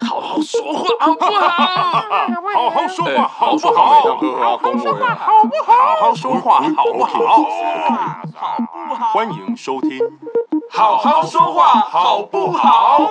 好说话好不好？好好说哎话，好不好好？好好说话，好不好？好好说话，好不好？好不好？欢迎收听，好好说话好不好？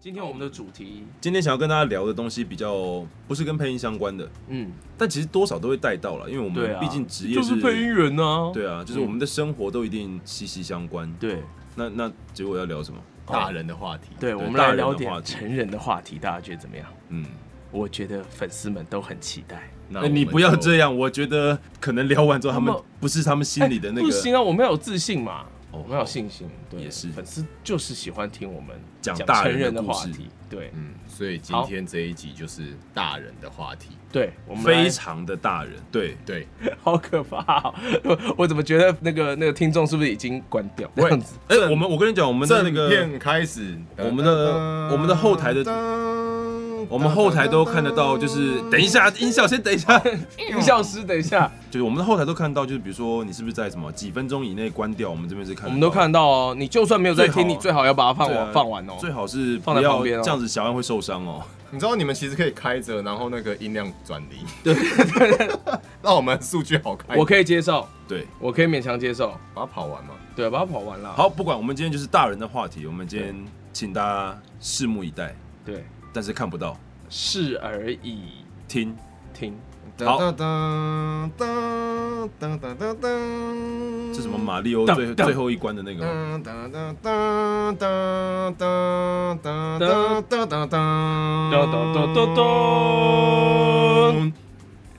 今天我们的主题，今天想要跟大家聊的东西比较不是跟配音相关的，嗯，但其实多少都会带到了，因为我对们啊，毕竟职业就是配音员呢，对啊，就是我们的生活都一定息息相关。对那那结果要聊什么？大人的话题。对，我们来大人的聊话点题成人的话题，大家觉得怎么样？嗯，我觉得粉丝们都很期待。那我们你不要就这样，我觉得可能聊完之后，他们他们不是他们心里的那哎不个行啊，我们要有自信嘛，哦我们要有信心。对，也是粉丝就是喜欢听我们讲大成人的人的故话事题。对嗯，所以今天这一集就是大人的话题。对，我们来非常的大人，对，对， 好可怕哦、我我怎么觉得那个那个听众是不是已经关掉这样子？哎，我们我跟你讲，我们的那正个片开始，呃我们的呃我们的后台的我们后台都看得到，就是等一下音效，先等一下，音效师，等一 下，就是我们的后台都看到，就是比如说你是不是在什么几分钟以内关掉，我们这边是看得我们都到的看到哦。你就算没有在最听，好你最好要把它放对完、啊放完哦。最好是放不在旁要边哦这样子，小安会受伤哦。 你知道你们其实可以开着，然后那个音量转 离，对，让我们数据好看。我可以接受，对，我可以勉强接受，把它跑完嘛。对，把它跑完了。，好，不管我们今天就是大人的话题，我们今天请大家拭目以待，对，但是看不到，视而已听。听。好噔噔噔噔噔噔噔，这什么？马里奥当最嗯当嗯最后一关的那个吗，噔噔噔噔噔噔噔噔噔噔嗯噔，咚咚咚咚咚。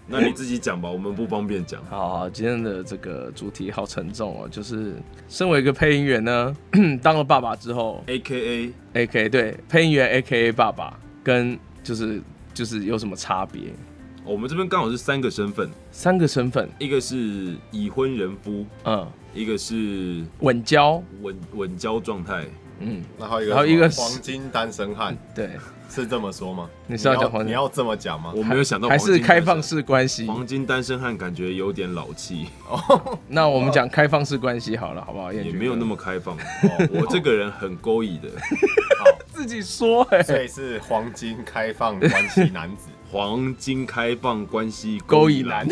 那你自己讲吧，我们不方便讲。好，今天的这个主题好沉重哦，就是身为一个配音员呢， 当了爸爸之后 A K A A K A 对配音员 A K A 爸爸跟就是就是有什么差别？我们这边刚好是三个身份，三个身份，一个是已婚人夫，嗯，一个是稳交，稳稳交状态，嗯，然后一个，然后一个是黄金单身汉对，是这么说吗？你是要讲你要黄你金，要这么讲吗？我没有想到还黄是金单开放身式关系？黄金单身汉，感觉有点老气，那我们讲开放式关系好了，好不好？哦也也没有那么开放。哦，我这个人很勾 引的，自己说哎、所以是黄金开放关系男 子。黄金开放关系勾引引男，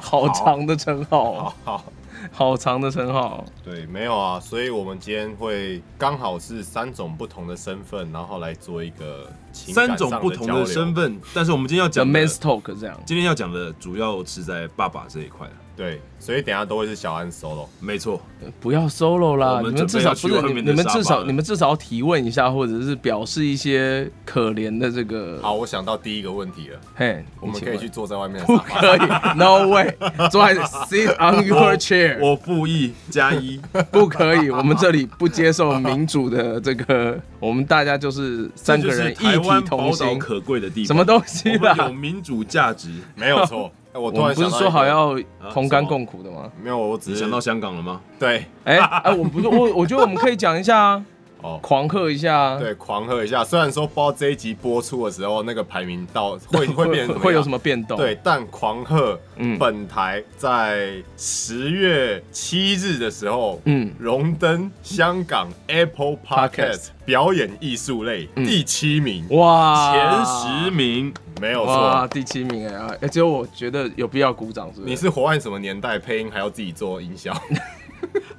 好长的称号哦，好，好长的称号哦，对，没有啊，所以我们今天会刚好是三种不同的身份，然后来做一个情 感三上种不同的交流身。份，但是我们今天要叫讲的 man's，talk 这样。今天要讲的主要是在爸爸这一块了对，所以等一下都会是小安 solo。没错，不要 solo 啦！我你们们至少不准备要去是外你面你的们沙至发少了你们至少要提问一下，或者是表示一些可怜的这个。好，我想到第一个问题了，嘿，我们你请可以问去坐在外面的不沙发。可以，No way，坐在 sit on your chair，我复议加一，不可以，我们这里不接受民主的这个，我们大家就是 三个人这就是一台体湾同宝岛行，可贵的地方，什么东西啊我们有啦？民主价值。没有错。哎我突我们然不想是说到一个好要同甘什么共苦的吗？没有，我只你是想到香港了吗？对哎哎，我不是我，我觉得我们可以讲一下啊，哦。狂贺一下啊，对，狂喝一下。虽然说不知道这一集播出的时候，那个排名到 会会变成会有什么么变动？样？对，但狂贺，嗯本台在十月七日的时候，嗯荣登香港 Apple Podcast Podcast 表演艺术类第七名，哇，前啊十名，没有哇，错。第七名哎啊！哎，只有我觉得有必要鼓掌，是不是？你是活在什么年代？配音还要自己做音效？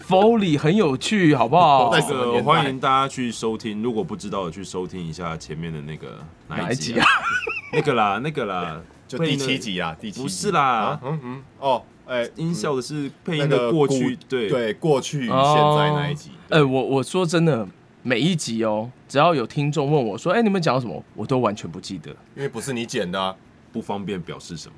Foley 很有趣，好不好在？这什么个年代欢迎大家去收听，如果不知道的去收听一下前面的那个哪哪一一集集啊？？ 那个啦，那个啦， 就配第音的七集啊，第七集不是啦啊，嗯嗯，哦，哎，音效的是配那音个的过古去，对对，过去与现哦在那一集，哎、我我说真的，每一集哦，只要有听众问我说，哎、你们讲什么，我都完全不记得。因为不是你剪的啊。不方便表示什么。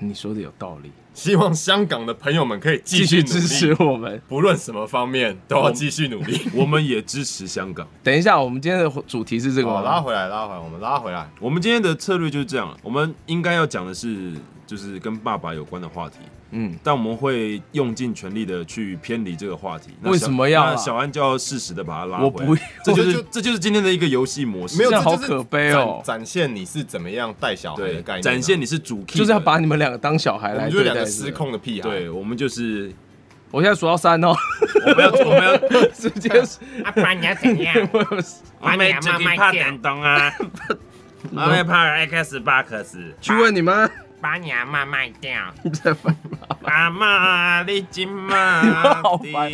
你说的有道理，希望香港的朋友们可以继继续续努力支持，我们。不论什么方面都要继续努力。我们也支持香港。等一下，我们今天的主题是这个好，哦拉吗？回来，拉回来，我们拉回来。我们今天的策略就是这样，我们应该要讲的是就是跟爸爸有关的话题，嗯，但我们会用尽全力的去偏离这个话题。那小为什么要啊那小安就要适时的把它拉回来。我不，这就是我就这就是今天的一个游戏模式，没有，这样这就是好可悲哦展展现你是怎么样带小孩的对概念啊，展现你是主 key，就是要把你你们两个当小孩我来们就是对两待。个失，控的屁孩。对，我们就是我现在数到三哦，我们要我们要直接啊，不然你要怎样？我啊们自己怕电动啊，我们怕 X box。 去问你妈，把你阿妈卖掉，你在烦吗？阿妈，你今嘛好烦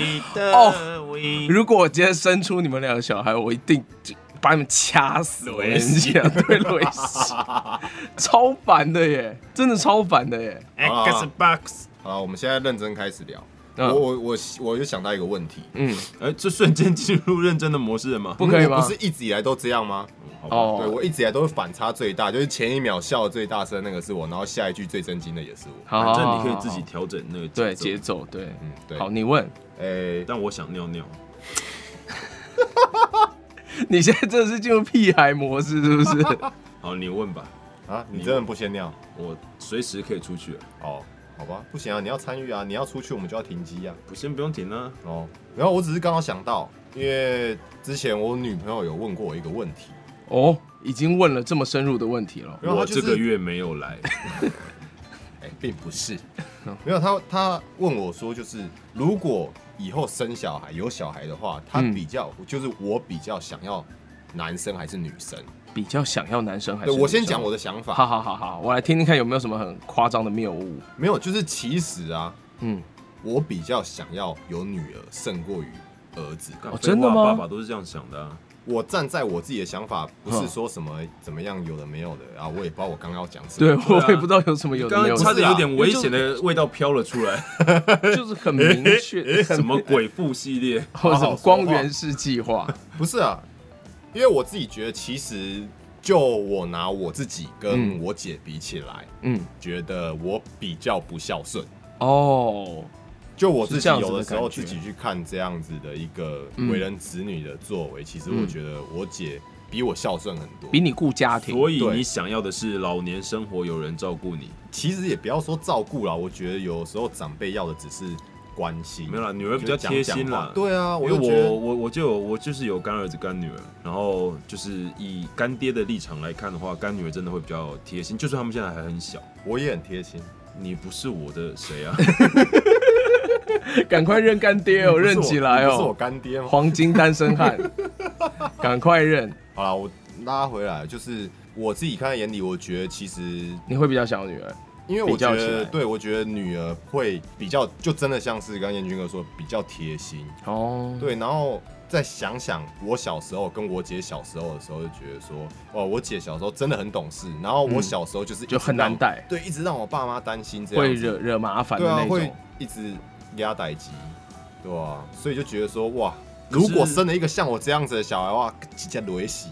哦的位？ 如果我今天生出你们两个小孩，我一定就把你们掐死。我跟雷你西讲，对，瑞 西，超烦的耶，真的超烦的耶。 Xbox，好了，我们现在认真开始聊。嗯我我我我就想到一个问题，嗯，哎，这瞬间进入认真的模式了吗？不可以我吗不？是一直以来都这样吗？对哦，我一直以来都是反差最大，就是前一秒笑的最大声那个是我，然后下一句最震惊的也是我。好，反好正好你可以好自己好调整那个对节节奏。奏，对，嗯，对。好，你问， 诶、但我想尿尿，你现在真的是进入屁孩模式是不是？ 好，你问吧，啊，你真的不先尿？我随时可以出去了。哦，好吧，不行啊，你要参与啊，你要出去我们就要停机啊。不先不用停啊，哦，然后我只是刚好想到，因为之前我女朋友有问过我一个问题，哦，已经问了这么深入的问题了，然后我她就是这个月没有来，哎、并不是，嗯没有他，他问我说，就是如果以后生小孩有小孩的话，他嗯比较、就是我比较想要男生还是女生？比较想要男生还是对女生？我先讲我的想好法，好好好，我来听听看有没有什么很夸张的谬误。没有，就是其实啊，嗯，我比较想要有女儿胜过于儿子。干 哦废话真的吗爸爸都是这样想的啊。我站在我自己的想法，不是嗯说什么怎么样有的没有的啊，我也不知道我刚刚要讲什对啊么。我也不知道有什么有的刚没刚有的，差点有点危就险的味道飘了出来，就是很明确， 什么鬼父 系列？或者什么好好说光话源式计划。不是啊，因为我自己觉得，其实就我拿我自己跟嗯我姐比起来，嗯，觉得我比较不孝顺。哦，就我自是己这样子的有的时候感觉自己去看这样子的一个嗯为人子女的作为，其实我觉得我姐比我孝顺很多。比你顾家庭，所以对你想要的是老年生活有人照顾你，其实也不要说照顾啦，我觉得有时候长辈要的只是关心。没有啦，女儿比较贴心啦。对啊，因我为就觉我得我我就有我就是有干儿子干女儿，然后就是以干爹的立场来看的话，干女儿真的会比较贴心，就算他们现在还很小。我也很贴心。你不是我的 谁啊？赶快认干爹哦，不是认我起来你不是我哦，干爹吗？黄金单身汉，赶快认，好啦，我拉回来，就是我自己看在眼里，我觉得其实，你会比较想要女儿。因为我比觉较起得，来对我觉得女儿会比较，就真的像是刚彦军哥说，比较贴心。哦，对，然后再想想我小时候跟我姐小时候的时候，就觉得说，哦，我姐小时候真的很懂事，然后我嗯小时候就是一就直很难让带对，一直让我爸妈担心这样会子惹惹麻烦的对啊，那会种。一直压待机，对啊，所以就觉得说哇，可是如果生了一个像我这样子的小孩的话，直接雷死。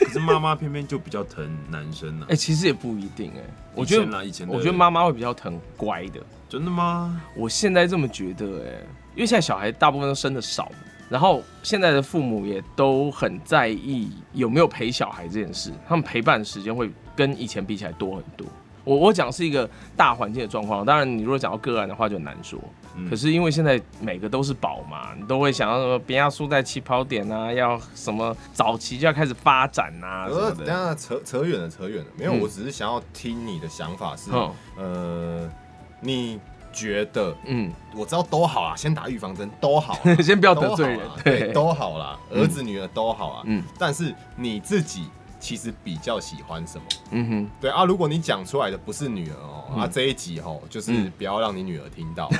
可是妈妈偏偏就比较疼男生啊呢、哎，其实也不一定哎，我觉以前啦以得前，的我觉得妈妈会比较疼乖的，真的吗？我现在这么觉得哎、因为现在小孩大部分都生的少，然后现在的父母也都很在意有没有陪小孩这件事，他们陪伴的时间会跟以前比起来多很多。我我讲是一个大环境的状况，当然你如果讲到个案的话就很难说。嗯可是因为现在每个都是宝嘛，你都会想要什么别要输在起跑点啊，要什么早期就要开始发展啊什呃，么等一的。下扯扯远了，扯远了，没有，嗯我只是想要听你的想法是，嗯呃，你觉得？嗯，我知道都好啊，先打预防针都好啊 ，先不要得罪人都好啊对对，都好啦，嗯儿子女儿都好啊，嗯嗯，但是你自己其实比较喜欢什么？嗯哼，对啊，如果你讲出来的不是女儿哦，啊这一集哦，就是嗯不要让你女儿听 到，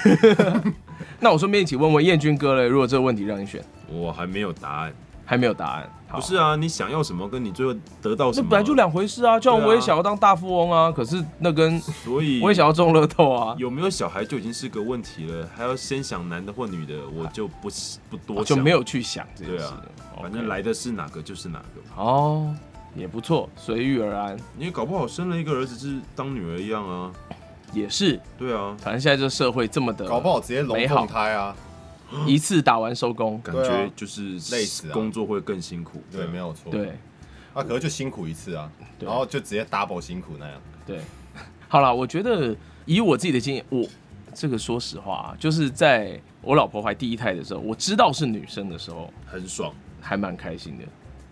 那我顺便一起问问燕君哥嘞，如果这个问题让你选，我还没有答案。还没有答案，好不是啊，你想要什么，跟你最后得到什这么，本来就。两回事啊！就像对啊我也想要当大富翁啊，可是那跟所以我也想要中乐透啊，有没有小孩就已经是个问题了，还要先想男的或女的，我就不不多我啊就想没有去想这件对事啊了。，反正 OK 来的是哪个就是哪个。哦，也不错，随遇而安因为搞不好生了一个儿子是当女儿一样啊，也是。对啊，反正现在这社会这么的，搞不好直接龙美好凤胎啊，一次打完收工。感对啊觉就是累死啊工作会更辛苦。啊对，没有有错，对啊，可是就辛苦一次啊，对然后就直接 double 辛苦那样，对， 好啦，我觉得以我自己的经验，我这个说实话啊，就是在我老婆怀第一胎的时候，我知道是女生的时候，很爽，还蛮开心的。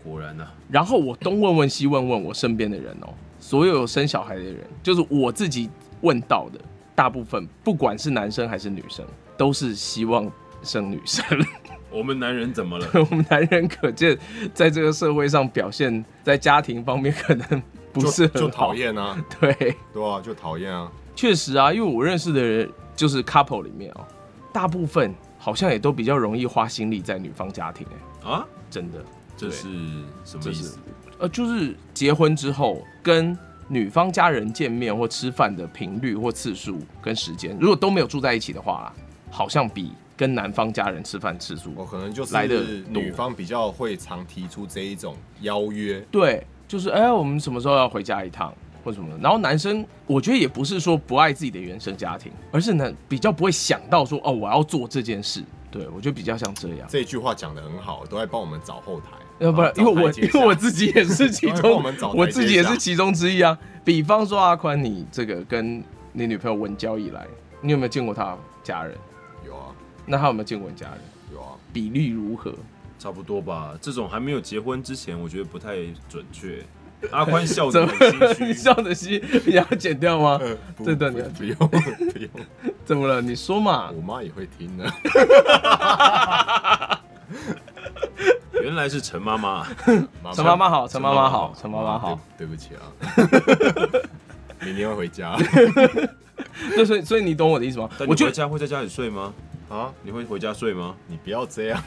果然啊，然后我东问问西问问我身边的人哦，所有有生小孩的人，就是我自己问到的，大部分不管是男生还是女生，都是希望生女生。 我们男人怎么了？我们男人可见在这个社会上表现，在家庭方面可能不就是很就好讨。厌啊，对，对啊，就讨厌啊。确实啊，因为我认识的人就是 couple 里面哦，大部分好像也都比较容易花心力在女方家庭、哎，啊，真的，这对是什么这意是思？呃，就是结婚之后跟女方家人见面或吃饭的频率或次数跟时间，如果都没有住在一起的话，好像比跟男方家人吃饭次数我可能就是来得多女方比较会常提出这一种邀约，对，就是哎、我们什么时候要回家一趟或什么的。然后男生，我觉得也不是说不爱自己的原生家庭，而是呢比较不会想到说哦，我要做这件事。对我觉得比较像这样，这句话讲的很好，都在帮我们找后台。要呃不然因为我因为我自己也是其帮我中们找，台阶我自己也下是其中之一啊。比方说阿宽，你这个跟你女朋友文交以来，你有没有见过她家人？有啊那她有没有见过你家人？有啊，比例如何？差不多吧。这种还没有结婚之前，我觉得不太准 确。阿宽笑怎得么 很你心虚笑，的是你要剪掉吗？呃，不这段你要不不用不用，怎么了？你说嘛我。妈也会听的。原来是陈 妈妈。 陈妈妈好，陈陈妈妈妈妈好好，陈妈妈好。对，对不起啊， 明天会 回家对，所以所以你懂我的意思吗？但我你觉回得家会在家里睡吗？啊，你会回家睡吗？你不要这样，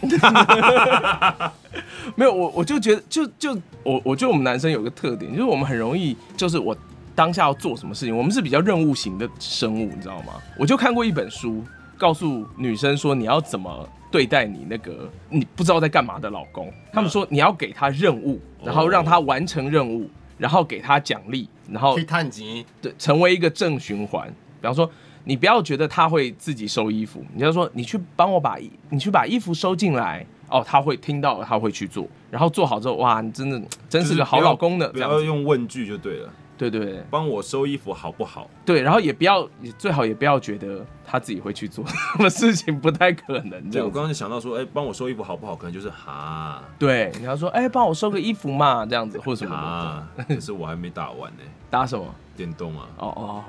没有，我我就觉得就就我我觉得我们男生有个特点，就是我们很容易就是我当下要做什么事情，我们是比较任务型的生物，你知道吗？我就看过一本书，告诉女生说你要怎么。对待你那个你不知道在干嘛的老公，他们说你要给他任务，然后让他完成任务，然后给他奖励，然后去探集。对，成为一个正循环。比方说，你不要觉得他会自己收衣服，你就说你去帮我把衣，你去把衣服收进来。哦，他会听到，他会去做，然后做好之后，哇，你真的真是个好老公呢。不这要样不要子，用问句就对了。对对对帮我收衣服好不好？对，然后也不要，也最好也不要觉得他自己会去做什么事情，不太可能这对，我样子。刚刚就想到说，哎、帮我收衣服好不好？可能就是哈对，你要说，哎，帮我收个衣服嘛，这样子或者什么的， 哈，可是我还没打完呢、打什么？电动啊，哦哦，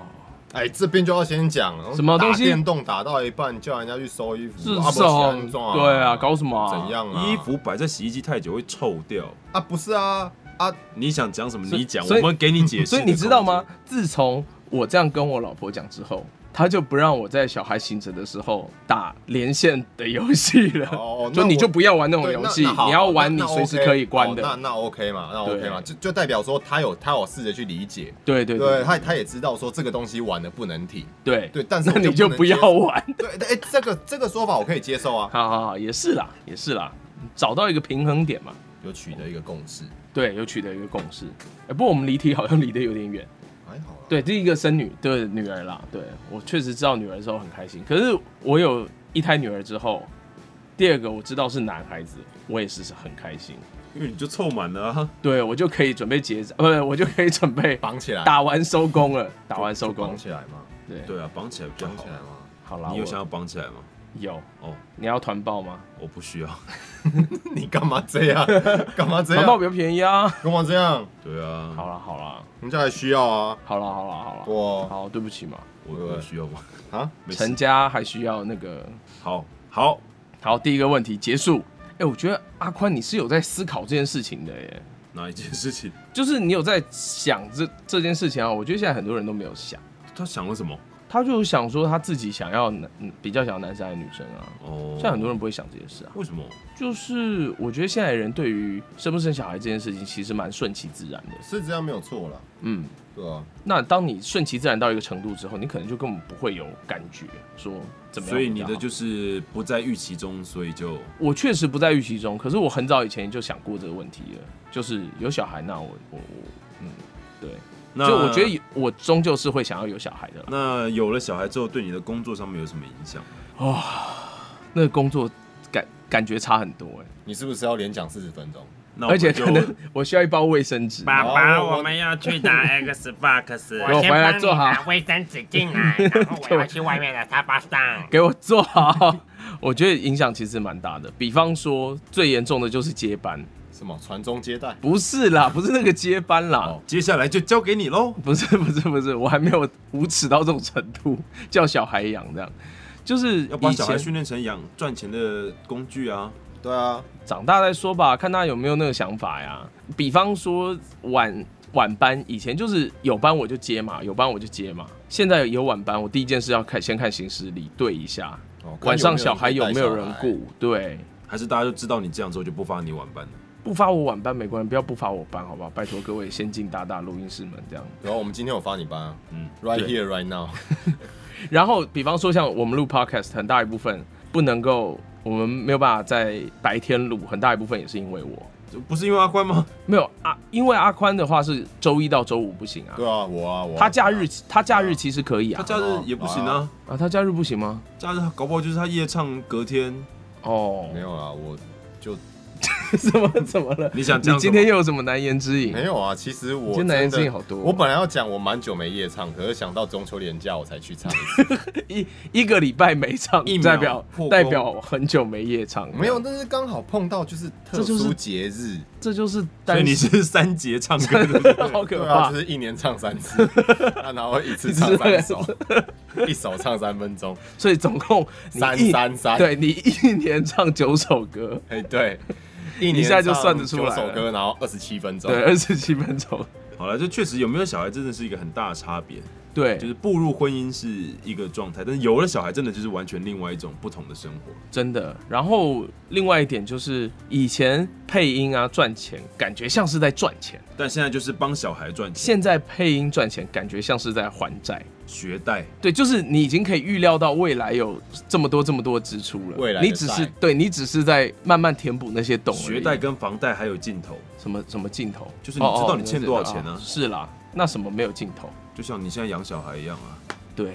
哎，这边就要先讲什么东西打电动打到一半，叫人家去收衣服，是啊不是哦然撞对啊搞什么啊怎样啊？衣服摆在洗衣机太久会臭掉。啊，不是啊啊，你想讲什么？所以你讲，所我以们给你解 释。所以你知道吗？？自从我这样跟我老婆讲之后，她就不让我在小孩醒着的时候打连线的游戏了。哦那就我你就不要玩那种对游那戏，那好你要玩你那那随时 OK 可以关的。哦那那 OK 嘛，那 OK 对嘛，就就代表说他有他有试着去理解，对对对，他他也知道说这个东西玩的不能停，对对但是那我就你就不能不要接受玩。对，哎，这个这个说法我可以接受啊，好好好，也是啦，也是啦，找到一个平衡点嘛。有取得一个共识，对，有取得一个共识。哎、不过我们离题好像离得有点远。还好啦，对，第一个生女对女儿啦，对我确实知道女儿的时候很开心。可是我有一胎女儿之后，第二个我知道是男孩子，我也是很开心。因为你就凑满了啊。对我就可以准备结扎，不是我就可以准 备绑起来，打完收工了，打完收就工绑。起来嘛，对，对啊，绑起来比较绑好起。来嘛， 好啦，你有我想要绑起来吗？有哦，你要团报吗？我不需 要。你干嘛这样？干嘛这团报样？比较便宜 啊。干嘛这样？对啊，好啦好啦人家还需要啊，好啦好啦好啦，哇好对不起嘛，我我需要吗？啊，没事陈家还需要那个。好好，好，第一个问题结束。哎、我觉得阿宽你是有在思考这件事情的耶，哪一件事情？就是你有在想这这件事情啊。我觉得现在很多人都没有想，他想了什么？他就想说他自己想要男嗯比较想要男生还是女生啊。哦，现在很多人不会想这些事啊。为什么？就是我觉得现在的人对于生不生小孩这件事情，其实蛮顺其自然的。是这样没有错啦，嗯，对啊，那当你顺其自然到一个程度之后，你可能就根本不会有感觉说怎么样比较好。所以你的就是不在预期中，所以就我确实不在预期中，可是我很早以前就想过这个问题了，就是有小孩，那我我我嗯，对，那就我觉得有我终究是会想要有小孩的啦。那有了小孩之后，对你的工作上面有什么影响？那个工作感感觉差很多哎、你是不是要连讲四十分钟？那而且我可们就能我需要一包卫生纸。爸爸，哦我我们要去打 Xbox。 我先回来帮你坐好拿卫生纸进 来，然后我要去外面的沙发上。给我做好。我觉得影响其实蛮大的，比方说最严重的就是接班，什么传宗接代？不是啦，不是那个接班啦，哦接下来就交给你喽。不是不是不是，我还没有无耻到这种程度，叫小孩养这样，就是要把以小孩前训练成养赚钱的工具啊！对啊，长大再说吧，看他有没有那个想法呀。比方说晚晚班，以前就是有班我就接嘛，有班我就接嘛。现在有晚班，我第一件事要看先看行事历，对一下哦晚上小孩有没有人？看有没有人带小孩顾。对，还是大家就知道你这样之后就不发你晚班了。不发我晚班没关系，不要不发我班，好不好？拜托各位先进大大录音室们这样。然后我们今天有发你班啊嗯， ，right 对 here right now，然后，比方说像我们录 podcast，很大一部分不能够，我们没有办法在白天录，很大一部分也是因为我不是因为阿宽吗？没有啊，因为阿宽的话是周一到周五不行啊，对啊，我啊我啊。他假日他假日其实可以他啊，假日也不行啊，啊他假日不行吗？假日搞不好就是他夜唱隔天。哦，没有啦，啊我就 怎么怎么了？你想这你样今天又有什么难言之隐？没有啊。其实我今天男人真声的音好多哦我本来要讲我蛮久没夜唱，可是想到中秋连假我才去唱一次。 一一个礼拜没唱一，秒代表破功代表很久没夜唱， 没有，，但是刚好碰到就是这特就是殊节日，这就是所以单你是三节唱歌的， 好可对怕啊，就。是一年唱三 次，啊然后一次唱三首， 一首唱三分钟，所以总共你三一三三对你一年唱九首歌，哎 对，一你年现在就算得唱出来九首了歌，然后二十七分钟，对，二十七分钟，好了，这确实有没有小孩真的是一个很大的差别。对，就是步入婚姻是一个状态，但是有了小孩，真的就是完全另外一种不同的生活。真的。然后另外一点就是，以前配音啊赚钱，感觉像是在赚钱；但现在就是帮小孩赚钱，现在配音赚钱，感觉像是在还债。学贷对，就是你已经可以预料到未来有这么多这么多支出了，未来的你只是债对你只是在慢慢填补那些洞而已。学贷跟房贷还有尽头。什么什么尽头？就是你知道哦哦你欠多少钱啊哦是啦，那什么没有尽头？就像你现在养小孩一样啊，对，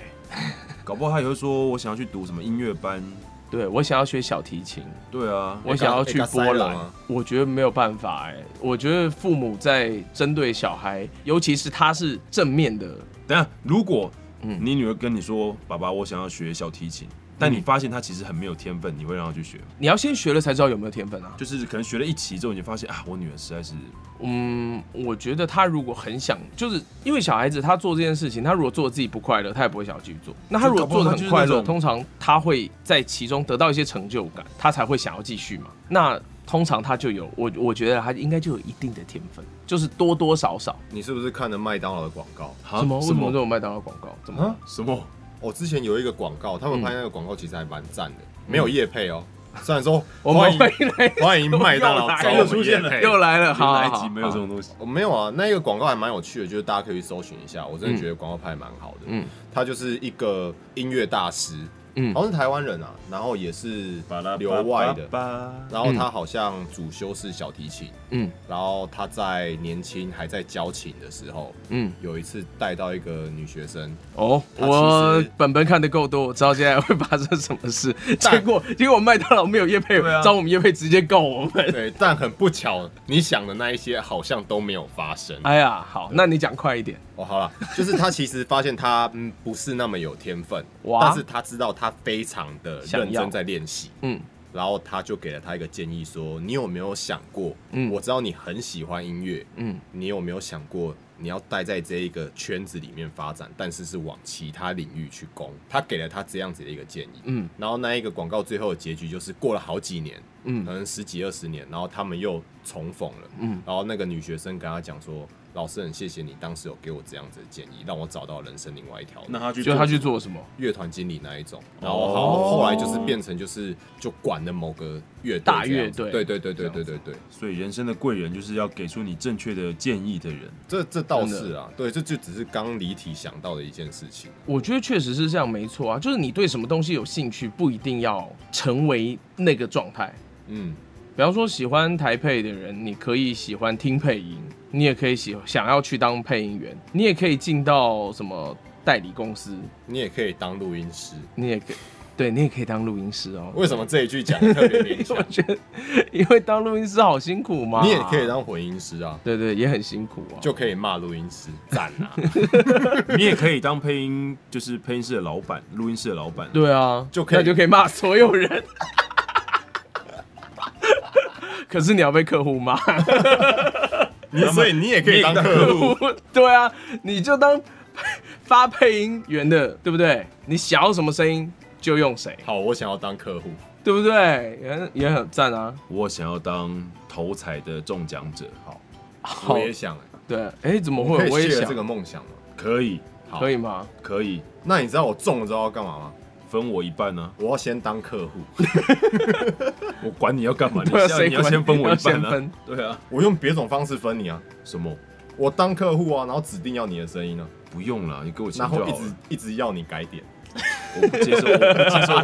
搞不好他也会说我想要去读什么音乐班。对我想要学小提琴，对啊，我想要去波欸嘎塞了兰吗，我觉得没有办法哎、我觉得父母在针对小孩，尤其是他是正面的，等一下如果嗯你女儿跟你说：“爸爸，我想要学小提琴。”但你发现她其实很没有天分，你会让她去学吗，你要先学了才知道有没有天分啊。就是可能学了一期之后，你就发现啊，我女儿实在是嗯，我觉得他如果很想，就是因为小孩子他做这件事情，他如果做得自己不快乐，他也不会想要继续做。那他如果做的很快就搞不好他就是那乐，种通常他会在其中得到一些成就感，他才会想要继续嘛。那通常他就有，我我觉得他应该就有一定的天分，就是多多少少。你是不是看了麦当劳的广告？啊什么？为什什么这么种麦当劳广告？怎么了啊？什么？我之前有一个广告，他们拍那个广告其实还蛮赞的，没有业配哦。虽然说我们 欢迎欢迎来，欢迎麦当劳找又我出们现业了配，又来了，好，哪好哎一集没有这？好种东西？我没有啊，那一个广告还蛮有趣的，就是大家可以搜寻一下，我真的觉得广告拍得蛮好的。嗯嗯，他就是一个音乐大师，嗯好像是台湾人啊，然后也是巴拉留外的，巴拉然后他好像主修是小提琴，嗯然后他在年轻还在教琴的时候，嗯，有一次带到一个女学生，哦，他我其实本本看的够多，我知道接下来会发生什么事。但结果结果麦当劳没有叶配，对啊找我们叶配直接告我们。对，但很不巧，你想的那一些好像都没有发生。哎呀，好，那你讲快一点。哦，好了，就是他其实发现他嗯不是那么有天分，哇但是他知道他非常的想认要真在练习，嗯然后他就给了他一个建议说，你有没有想过，嗯我知道你很喜欢音乐，嗯，你有没有想过你要待在这一个圈子里面发展，但是是往其他领域去攻？他给了他这样子的一个建议，嗯然后那一个广告最后的结局就是过了好几年，嗯可能十几二十年，然后他们又重逢了，嗯然后那个女学生跟他讲说：“老师很谢谢你当时有给我这样子的建议，让我找到人生另外一条路。”那他去就他去做什么？乐团经理那一种，然哦后后后来就是变成就是就管了某个乐队大这样乐子队对对对对对这对对，所以人生的贵人就是要给出你正确的建议的人。这这倒是啊，对，这就只是刚离题想到的一件事情。啊我觉得确实是这样，没错啊。就是你对什么东西有兴趣，不一定要成为那个状态。嗯，比方说，喜欢台配的人，你可以喜欢听配音，你也可以喜想要去当配音员，你也可以进到什么代理公司，你也可以当录音师。你也可以，对你也可以当录音师哦。为什么这一句讲得特别勉因 为我强？觉得，因为当录音师好辛苦嘛。你也可以，当混音师啊，对对，也很辛苦啊。就可以骂录音师，赞啊！你也可以当配音，就是配音室的老板，录音室的老板。对啊，就可以那就可以骂所有人。可是你要被客户骂， 你所以你也可以当客户，对啊，你就当发配音员的，对不对？你想要什么声音就用谁，好，我想要当客户，对不对？也很也很赞啊。我想要当头彩的中奖者，好，好我，也想、欸，对，哎、怎么可会？以我也 share 想这，个梦想吗？可以，好可以吗？可以，那你知道我中了之后要干嘛吗？分我一半呢、我要先当客啊，户，我管你要干嘛，你对啊要谁你要管先分我一你要半先呢、分啊，对啊，我用别种方式分你啊，什么我当客户啊，然后指定要你的声音啊，不用了，你给我钱然就后一好直了，一直要你改点，我不接受，我不接受，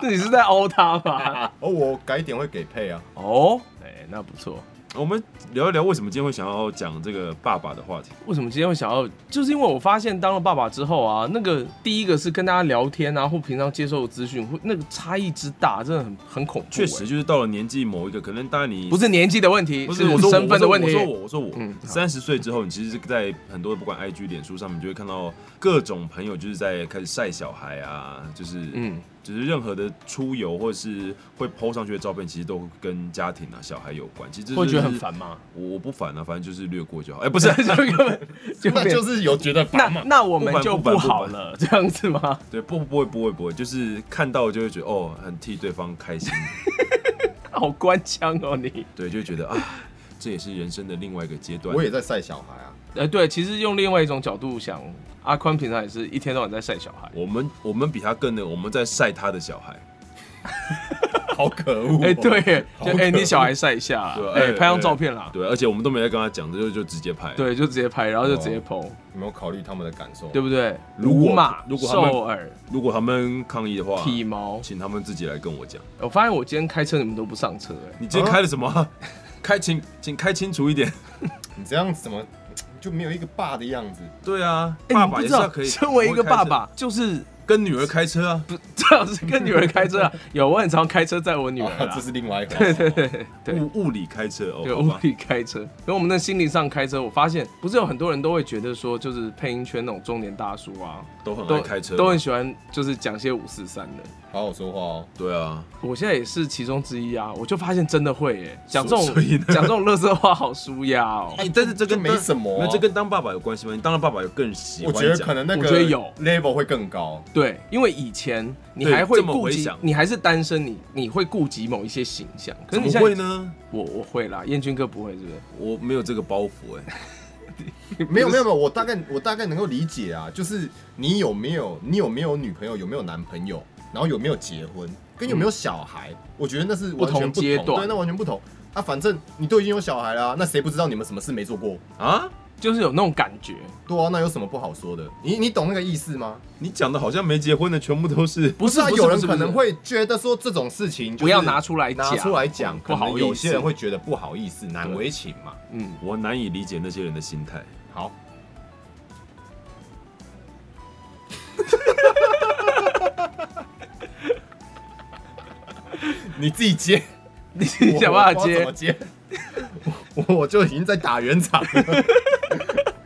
那你是在凹他 吧？而哦我改点会给配啊，哦，哎、那不错。我 们聊一聊为什么今天会想要讲这个爸爸的话题。为什么今天会想要？就是因为我发现当了爸爸之后啊，那个第一个是跟大家聊天啊，或平常接受的资讯，或那个差异之大，真的很很恐怖、确实，哎，就是到了年纪某一个，可能当然你不是年纪的问题，不是我说我身份的问题我。说我我说我嗯三十岁之后，你其实，在很多不管 IG、脸书上面，你就会看到各种朋友就是在开始晒小孩啊，就是嗯，就是任何的出游或者是会 PO 上去的照片，其实都跟家庭啊、小孩有关。其实这会觉得就是很烦吗？我我不烦啊，反正就是略过就好。哎、 不是，就根 本就那变就是有觉得那烦嘛，那我们就不烦不烦好了，这样子吗？对，不不会不会不会，就是看到就会觉得哦，很替对方开 心，好官腔哦你。对，就会觉得啊，这也是人生的另外一个阶段。我也在晒小孩啊，呃，对，其实用另外一种角度想，阿宽平常也是一天到晚在晒小孩。我们我们比他更的，我们在晒他的小孩。好可恶、哦，哎、对，耶，就好可哎、恶你小孩晒一下啊对啊，哎、哎拍张哎照片啦，对，而且我们都没在跟他讲，这就就直接拍。，对，就直接拍，然后就直接 PO，、有没有考虑他们的感受？对不对？如果鲁马、如果他们啊兽耳、如果他们抗议的话，体毛，请他们自己来跟我讲。我发现我今天开车你们都不上车、哎，你今天啊开了什么啊？ 开请请开清楚一点。你这样怎么就没有一个爸的样子？对啊，哎、爸你爸不知也是要道可，以。身为一个不会开爸车爸，就是 跟女儿开车啊，不最好是跟女儿开车啊。有，我很常开车载我女儿啊啦 哦这。是另外一回 对事。对对对，物物理开车哦，对，好物吧理开车。跟我们那心灵上开车，我发现不是有很多人都会觉得说，就是配音圈那种中年大叔啊，都很都爱开车嘛，都很喜欢就是讲些五四三的。好好说话哦。对啊，我现在也是其中之一啊，我就发现真的会耶，讲这种所以呢讲这种乐色话好舒压哦。哎，但是这就跟没什么啊那这跟当爸爸有关系吗？你当了爸爸有更喜我欢觉得讲可能那个我觉得有 level 会更高，对，因为以前你对还会这么顾回及想，你还是单身，你你会顾及某一些形象。可怎是你么现会在，呢？我我会啦，燕君哥不会是不是？我没有这个包 袱哎，没有没有没有，我大概我大概能够理解啊，就是你有没有你有没有女朋友，有没有男朋友，然后有没有结婚，跟有没有小孩，我觉得那是嗯完全不不同阶段对，那完全不同啊。反正你都已经有小孩了啊、那谁不知道你们什么事没做过？啊，就是有那种感觉，对啊，那有什么不好说的？你你懂那个意思吗？你讲的好像没结婚的全部都是不是啊不是有人不是可不能是会觉得说这种事情、就是、不要拿出来拿出来讲，不可好能意思有些人会觉得不好意思，难为情嘛。 嗯，我难以理解那些人的心态。好， 你自己接，你想办法我我不接知道怎么。接，我我就已经在打圆 场了，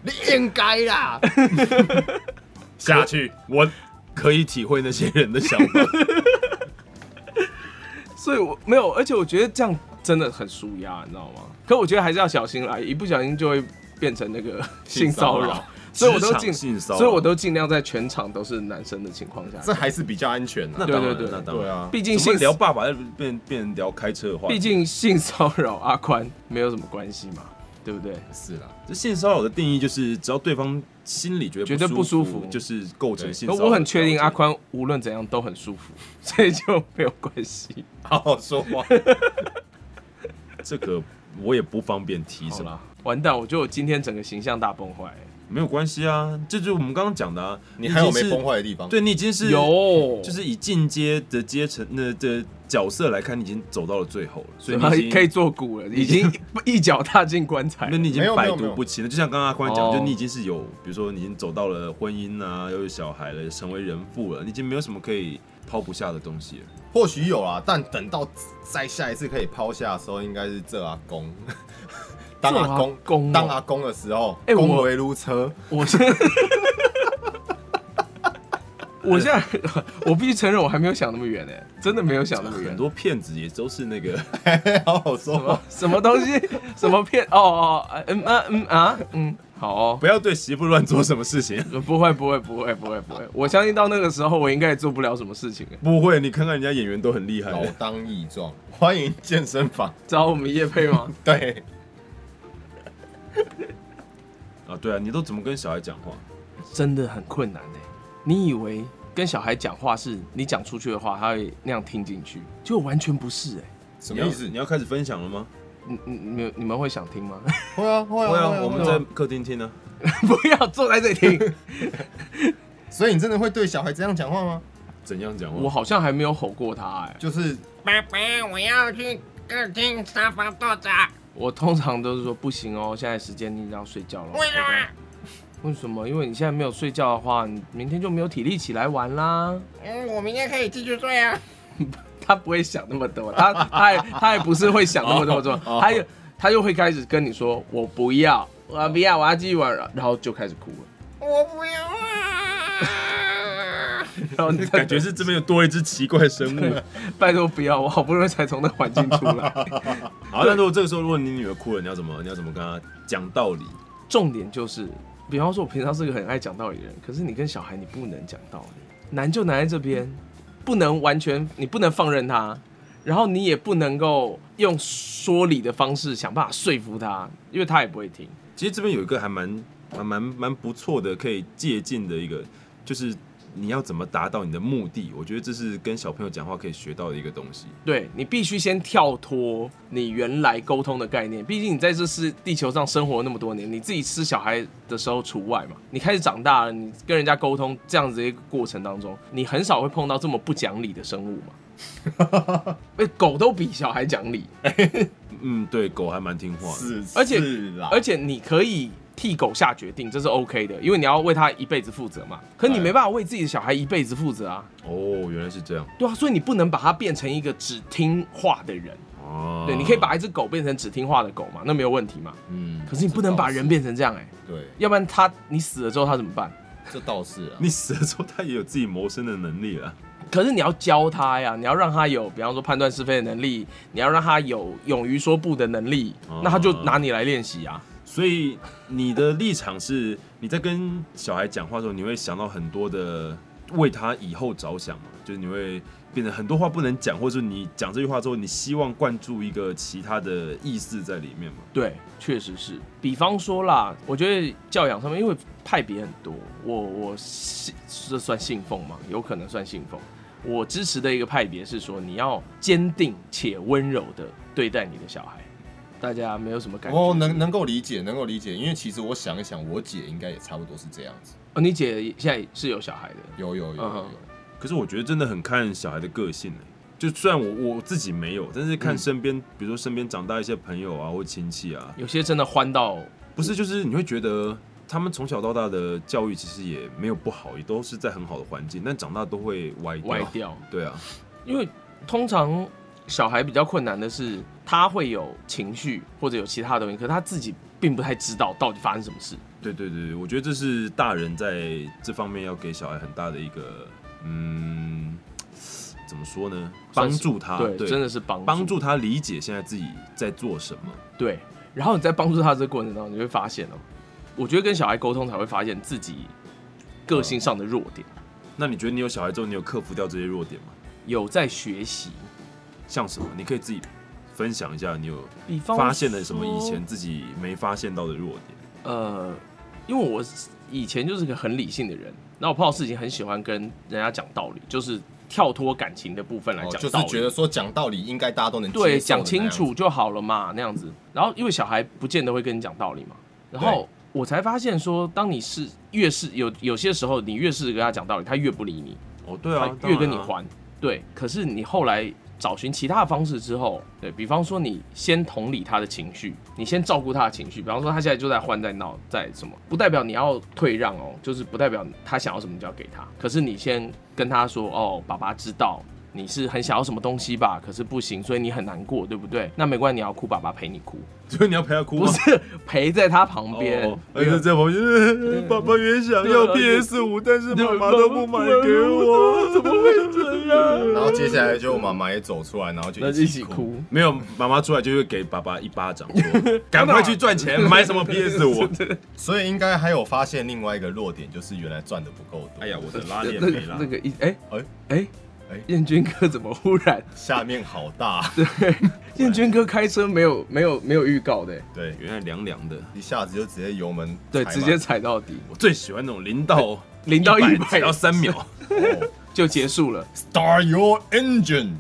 你应该啦，下去，我可以体会那些人的想 法。所以我没有，而且我觉得这样真的很舒压，你知道吗？可我觉得还是要小心啦，一不小心就会变成那 个性性骚骚扰扰。所以我都职场尽，性骚扰所以我都尽量在全场都是男生的情况下，这还是比较安全那的。当对然，对对那当对然。啊，毕竟怎么性聊爸爸变变聊开车的话题？毕竟性骚扰阿宽没有什么关系嘛，对不对？是啦，这性骚扰的定义就是，只要对方心里觉得觉得不舒舒服就是构成性可骚扰。我很确定阿，宽无论怎样都很舒服， 所以就没有关系。好好说 话。这个我也不方便提好什么啦，，完蛋，我觉得我今天整个形象大崩坏、没有关系啊，这就是我们刚刚讲的啊。你还有已经没是崩？坏的地方？对你已经是，有，就是以进阶的阶层那的角色来看，你已经走到了最后了，所以怎么 你已经可以。做骨了，已经一脚踏进棺材了。那你已经没有没百有没毒有不侵了，就像刚刚阿宽讲，哦就你已经是有，比如说你已经走到了婚姻啊，又有小孩了，成为人父了，你已经没有什么可以抛不下的东西了。或许有啊，但等到再下一次可以抛下的时候，应该是这阿公。当阿这阿公哦公，当阿公的时候，哎我恭维如车，我现在 我现在我必须承认，我还没有想那么远呢、真的没有想那么远很。多骗子也都是那个， 好好说什么话。什么东西？什么片？哦哦，呃嗯啊嗯啊嗯，好哦不。要对媳妇乱做什么事情。不会不会不会不会不会，我相信到那个时候，我应该也做不了什么事情了。不会，你看看人家演员都很厉害。老当益壮， 欢迎健身房。找我们叶配吗？对，啊，对啊，你都怎么跟小孩讲话？真的很困难呢、你以为跟小孩讲话是你讲出去的话，他会那样听进去，就完全不是哎、什你么要意思你？要开始分享了吗？你你你们你们会想听吗？ 会啊，会啊，会会啊，我们在会客厅听啊。不要坐在这里听。啊所以你真的会对小孩这样讲话吗？怎样讲话？我好像还没有吼过他哎、就是爸爸，我要去客厅沙发坐着。我通常都是说不行哦，现在时间你要睡觉了。为什么？为什么？因为你现在没有睡觉的话，你明天就没有体力起来玩啦。嗯，我明天可以继续睡啊。他不会想那么多，他他还他还不是会想那么多，多，他又他又会开始跟你说我不要，我不要，我要继续玩，然后就开始哭了，我不要啊！然后你感觉是这边又多一只奇怪的生 物。拜托不要，我好不容易才从那个环境出 来。好，那如果这个时候，如果你女儿哭了，你要怎么？你要怎么跟她讲道理？重点就是，比方说我平常是个很爱讲道理的人，可是你跟小孩你不能讲道理，难就难在这边，不能完全你不能放任他，然后你也不能够用说理的方式想办法说服他，因为他也不会听。其实这边有一个还蛮还蛮蛮不错的，可以借鉴的一个，就是你要怎么达到你的目的。我觉得这是跟小朋友讲话可以学到的一个东西。对你必须先跳脱你原来沟通的概念，毕竟你在这世地球上生活那么多年，你自己吃小孩的时候除外嘛。你开始长大了，你跟人家沟通这样子的一个过程当中，你很少会碰到这么不讲理的生物嘛。哎，狗都比小孩讲理，嗯，对，狗还蛮听话的。是，而且是啦，而且你可以替狗下决定，这是 OK 的，因为你要为它一辈子负责嘛。可你没办法为自己的小孩一辈子负责啊，哦，原来是这样对啊，所以你不能把它变成一个只听话的人。哦。对，你可以把一只狗变成只听话的狗嘛，那没有问题嘛。嗯可是你不能把人变成这样哎、对，要不然他你死了之后他怎么办？这倒是啊。你死了之后，它也有自己谋生的能力啊了。可是你要教他呀，你要让他有，比方说判断是非的能力，你要让他有勇于说不的能力，哦那他就拿你来练习啊。所以你的立场是，你在跟小孩讲话的时候，你会想到很多的为他以后着想嘛，就是你会变得很多话不能讲，或者是你讲这句话之后，你希望灌注一个其他的意思在里面嘛。对，确实是。比方说啦，我觉得教养上面，因为派别很多，我我信这算信奉吗？有可能算信奉。我支持的一个派别是说，你要坚定且温柔的对待你的小孩。大家没有什么感觉哦，是不是能能够理解，能够理解，因为其实我想一想，我姐应该也差不多是这样子。哦，你姐现在是有小孩的，有有有有嗯有，可是我觉得真的很看小孩的个性、欸、就虽然我我自己没有，但是嗯看身边，比如说身边长大一些朋友啊或亲戚啊，有些真的欢到不是就是你会觉得他们从小到大的教育其实也没有不好，也都是在很好的环境，但长大都会歪掉。歪掉，对啊，因为通常小孩比较困难的是他会有情绪或者有其他的东西，可他自己并不太知道到底发生什么事。对对对，对我觉得这是大人在这方面要给小孩很大的一个，嗯，怎么说呢？帮算是助他，对，啊对，真的是帮帮助他理解现在自己在做什么。对。然后你在帮助他的这个过程当中，你会发现哦，我觉得跟小孩沟通才会发现自己个性上的弱点，那你觉得你有小孩之后，你有克服掉这些弱点吗？有在学习。像什么？你可以自己分享一下，你有比方发现了什么以说前自己没发现到的弱点？呃，因为我以前就是个很理性的人，那我碰到事情很喜欢跟人家讲道理，就是跳脱感情的部分来哦讲就道是理。觉得说讲道理应该大家都能接受的对，讲那清样子楚就好了嘛，那样子。然后因为小孩不见得会跟你讲道理嘛，然后我才发现说，当你是越是有有些时候，你越是跟他讲道理，他越不理你，哦，对啊，他越跟你当然啊，还。对，可是你后来找寻其他的方式之后，对比方说你先同理他的情绪，你先照顾他的情绪。比方说他现在就在欢在闹在什么，不代表你要退让哦，就是不代表他想要什么就要给他。可是你先跟他说哦，爸爸知道，你是很想要什么东西吧，可是不行，所以你很难过，对不对？那没关系，你要哭，爸爸陪你哭，所以你要陪他哭不吗？是陪在他旁边。哦，而且在旁边，呃爸爸也想要对 PS 五，但是妈妈都不买给我，怎么会这然后接下来就我妈妈也走出来，然后就那就一一起起哭。哭，没有，妈妈出来就会给爸爸一巴掌，说赶快去赚钱，买什么 PS 五？所以应该还有发现另外一个弱点，就是原来赚的不够 多。哎呀，我的拉那链那没拉那。个一哎哎哎哎燕军哥怎么忽然？下面好 大，燕军哥开车没有没有没有预告的，对，原来凉凉的，一下子就直接油门对，踩直满接踩到底，我最喜欢那种零到零到一100只百要三秒，哦 就结束了， Start your engine！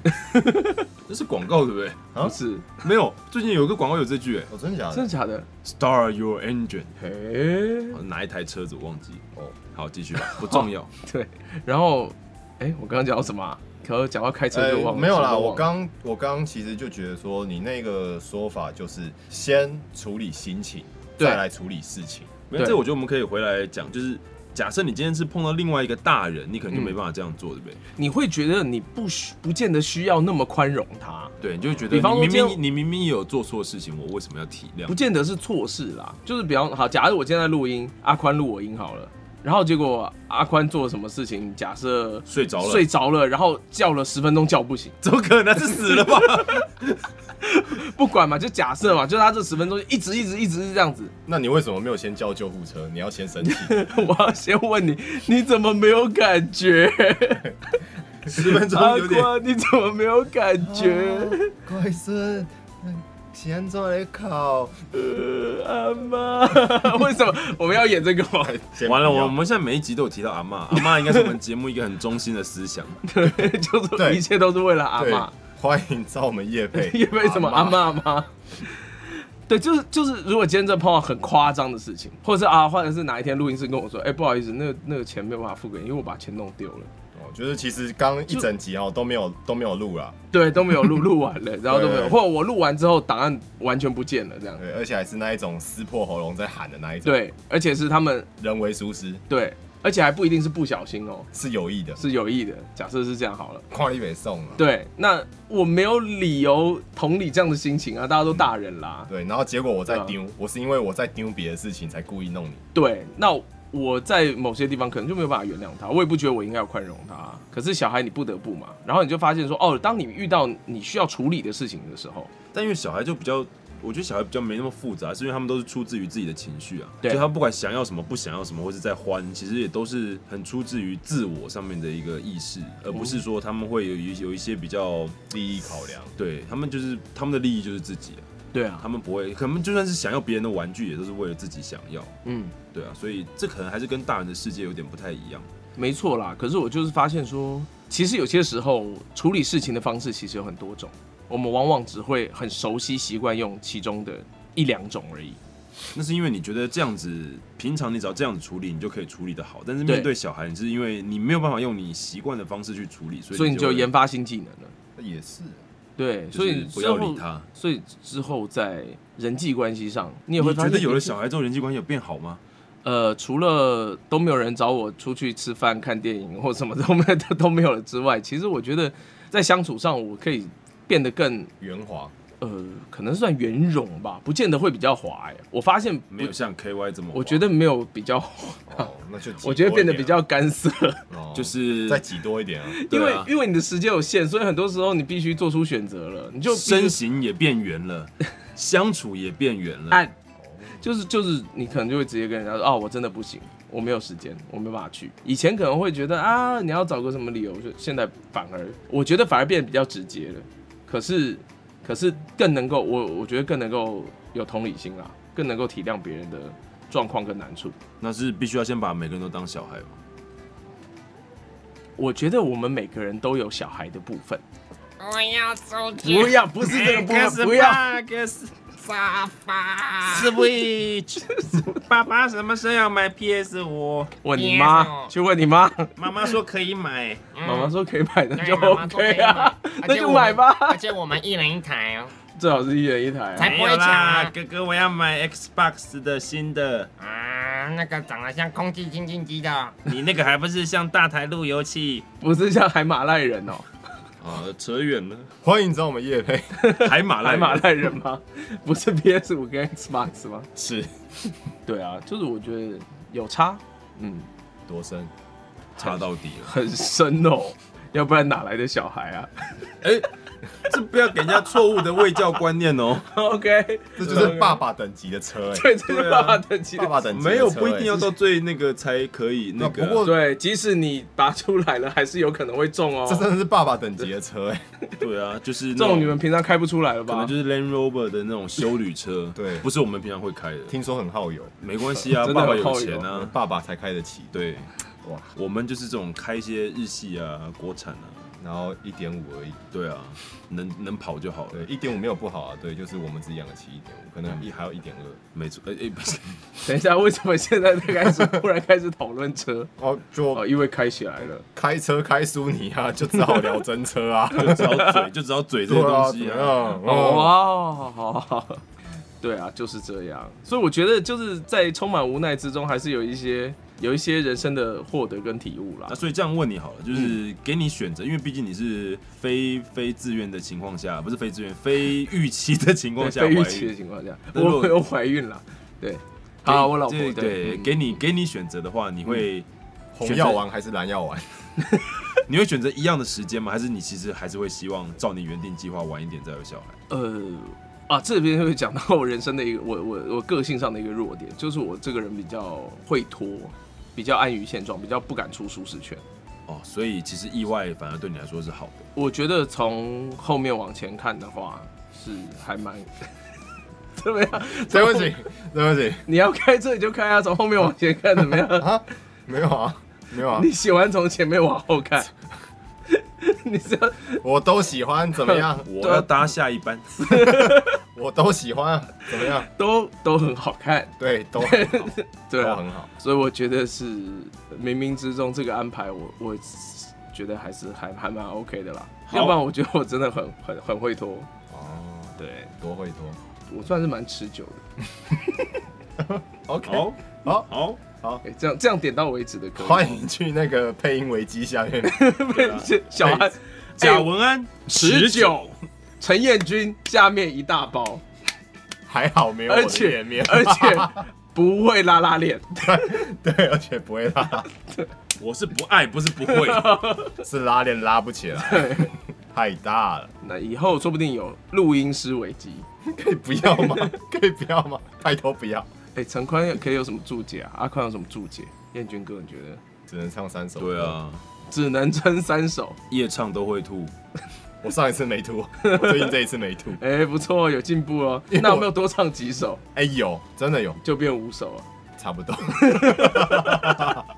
这是广告对不对？啊不是没有，最近有一个广告有这句哎哦，真的假真的的？假的？ ，Star your engine，嘿，好像哪一台车子我忘记。哦，好，继续吧，不重 要。对，然后哎，我刚刚讲到什么啊？可是讲到开车就忘了，哎没有什啦，么都我忘了刚我刚其实就觉得说，你那个说法就是先处理心情，对再来处理事情。没有，对这我觉得我们可以回来讲，就是假设你今天是碰到另外一个大人，你可能就没办法这样做，对不对？你会觉得你不需不见得需要那么宽容他，对，你就会觉得比方说你明今明你明明也有做错事情，我为什么要体谅不？见得是错事啦。就是比方好，假如我今天在录音，阿宽录我音好了，然后结果阿宽做了什么事情，假设睡着了，睡着了，然后叫了十分钟叫不醒，怎么可能是死了吧？不管嘛，就假设嘛，就他这十分钟一直一直一直是这样子。那你为什么没有先叫救护车？你要 先生气，我要先问你，你怎么没有感 觉？十分钟阿有点啊宽，你怎么没有感觉？乖孙，先做来考。呃，阿妈， 为什么我们要演这个吗？ 哎完了。我们现在每一集都有提到阿嬷，阿嬷应该是我们节目一个很中心的思想。就是对一切都是为了阿对妈。，，欢迎找我们叶佩 因为什么阿妈吗？ 对，就是就是，如果今天这碰到很夸张的事情，或者是啊，或者是哪一天录音师跟我说，哎、不好意思，那个那个钱没有办法付给你，因为我把钱弄丢 了，哦，就是其实刚一整集哦都没有都没有录啦，对，都没有 录，录完了，然后都没有，对或者我录完之后档案完全不见了，这样，对，而且还是那一种撕破喉咙在喊的那一种，，对，而且是他们人为疏失对，而且还不一定是不小心哦，是有意的，是有意的，假设是这样好了，跨立北送了，对，那我没有理由同理这样的心情啊，大家都大人啦，对，然后结果我在对啊丢，我是因为我在丢别的事情才故意弄你，对，那我在某些地方可能就没有办法原谅他，我也不觉得我应该要宽容他。可是小孩你不得不嘛，然后你就发现说，哦，当你遇到你需要处理的事情的时候，但因为小孩就比较，我觉得小孩比较没那么复杂，是因为他们都是出自于自己的情绪啊。对就他不管想要什么、不想要什么，或是在欢，其实也都是很出自于自我上面的一个意识，而不是说他们会有一有一些比较，利益考量，对他们就是他们的利益就是自己、啊，对他啊，们不会，可能就算是想要别人的玩具，也都是为了自己想要。嗯，对啊，所以这可能还是跟大人的世界有点不太一样。没错啦。可是我就是发现说，其实有些时候处理事情的方式其实有很多种，我们往往只会很熟悉习惯用其中的一两种而已。那是因为你觉得这样子，平常你只要这样子处理，你就可以处理的好。但是对面对小孩，你是因为你没有办法用你习惯的方式去处理，所以所以你就会研发新技能了。也是，对，就所是以不要之后理。他。所以之后在人际关系上，你你也会发觉现得有诶了小孩之后人际关系有变好吗？呃，除了都没有人找我出去吃饭、看电影或什么都没有 都都没有了之外，其实我觉得在相处上，我可以变得更圆 滑，呃，可能算圆融吧，不见得会比较滑哎。我发现没有像 K Y 这么滑，我觉得没有比较滑，哦，那就挤 多我一点觉得啊变得比较，干涩，哦就是再挤多 一点啊，因对为、啊因为你的时间有限，所以很多时候你必须做出选择了，你就必须身形也变圆 了，相处也变圆了。按，就是就是你可能就会直接跟人家说，哦，我真的不行，我没有时间，我没办法去。以前可能会觉得啊，你要找个什么理由，就现在反而我觉得反而变得比较直接了。可是可是更能够我我觉得更能够有同理心啦，更能够体谅别人的状况跟难处。那是必须要先把每个人都当小孩嘛。我觉得我们每个人都有小孩的部分，我要哎走进不要不是这个部分，哎不要。 沙发。 Switch，爸 爸什么时候要买 PS 五？问你妈，去问你妈，妈妈说可以买。嗯妈妈说可以买，那对就妈妈说可 OK 以啊 买，而那且就我买们吧。而且我们一人一台哦。最好是一人一台、啊。才不会抢啊哥哥，我要买 Xbox 的新的，啊，那个长得像空气清净机的，你那个还不是像大台路由器？不是像海马赖人哦、啊，扯远 了，欢迎找我们叶配，海马来赖人马来人吗？ 不是 PS 五跟 Xbox 吗？是对啊，就是我觉得有差，嗯，多深？插到底了。很深哦，要不然哪来的小孩啊 哎、这不要给人家错误的卫教观念哦。 ？OK，这就是爸爸等级的车哎、对，啊这是爸爸等级爸的。爸等级啊的车没有，欸 不一定要到最那个才可以那个啊。不过对，即使你拔出来了，还是有可能会中哦。啊这真的是爸爸等级的车哎、对啊，就是那这种你们平常开不出来了可吧？能就是 Land Rover 的那种修旅车，对不是我们平常会开的。听说很耗油，没关系啊，真的爸很爸有耗油钱啊。爸爸才开得起，对，哇，我们就是这种开一些日系啊、国产啊，然后一点五而已，对啊，能能跑就好对，了。一点五没有不好啊，对，就是我们只养得起一点五，可嗯能一还有一点二，没错，哎、哎、不是， 等一下，为什么现在才开始 忽然开始讨论车？哦，就哦，因为开起来了。开车开苏尼啊，就只好聊真车啊，就只要嘴，就只要嘴这对些啊，东怎么西样？啊。哦，哦，好好好，对啊，就是这样。所以我觉得就是在充满无奈之中，还是有一些有一些人生的获得跟体悟啦那。所以这样问你好了，嗯就是给你选择，因为毕竟你是非非自愿的情况下，不是非自愿，非预期的情况对，下非预怀期的孕情况下，那 如我果没有怀孕啦。对，给好，我老婆对对，嗯给你给你选择的话，你会、红药丸还是蓝药丸？你会选择一样的时间吗？还是你其实还是会希望照你原定计划晚一点再有小孩？呃啊，这边会讲到我人生的一个 我我我个性上的一个弱点，就是我这个人比较会拖，比较安于现状，比较不敢出舒适圈。哦，所以其实意外反而对你来说是好的。我觉得从后面往前看的话，是还蛮 怎么样？对不起，对不起你要开车你就开啊，从后面往前看怎么 样？啊，没有啊，没有啊，你喜欢从前面往后看？ 你这样我都喜欢，怎 么样？啊我要搭下一班，我都喜欢，怎么样？都都很好看，对，都很好，对都啊很，好。所以我觉得是冥冥之中这个安排我，我觉得还是还还蛮 OK 的啦。好要不然我觉得我真的很很很会拖，哦，对多会 多。我算是蛮持久的。 OK，好，好，好，哎、这样这样点到为止的歌，欢迎去那个配音维基下面。是 小哎安贾文安哎持久，陈彦君下面一大包，还好没有我而的页且面，而且不会拉拉链， 对，而且不会拉，我是不爱，不是不 会。是拉链拉不起来，对，太大了。那以后说不定有录音师危机。可以不要吗？可以不要吗？拜托不要，哎、陈宽可以有什么注解啊？阿宽有什么注解？彦君哥，你觉得？只能唱三首。对，啊，只能撑三首。夜唱都会吐。我上一次没 吐，我最近这一次没吐。哎、不错，有进步哦。因为我那有没有多唱几首哎、有，真的有，就变五首啊？差 不多。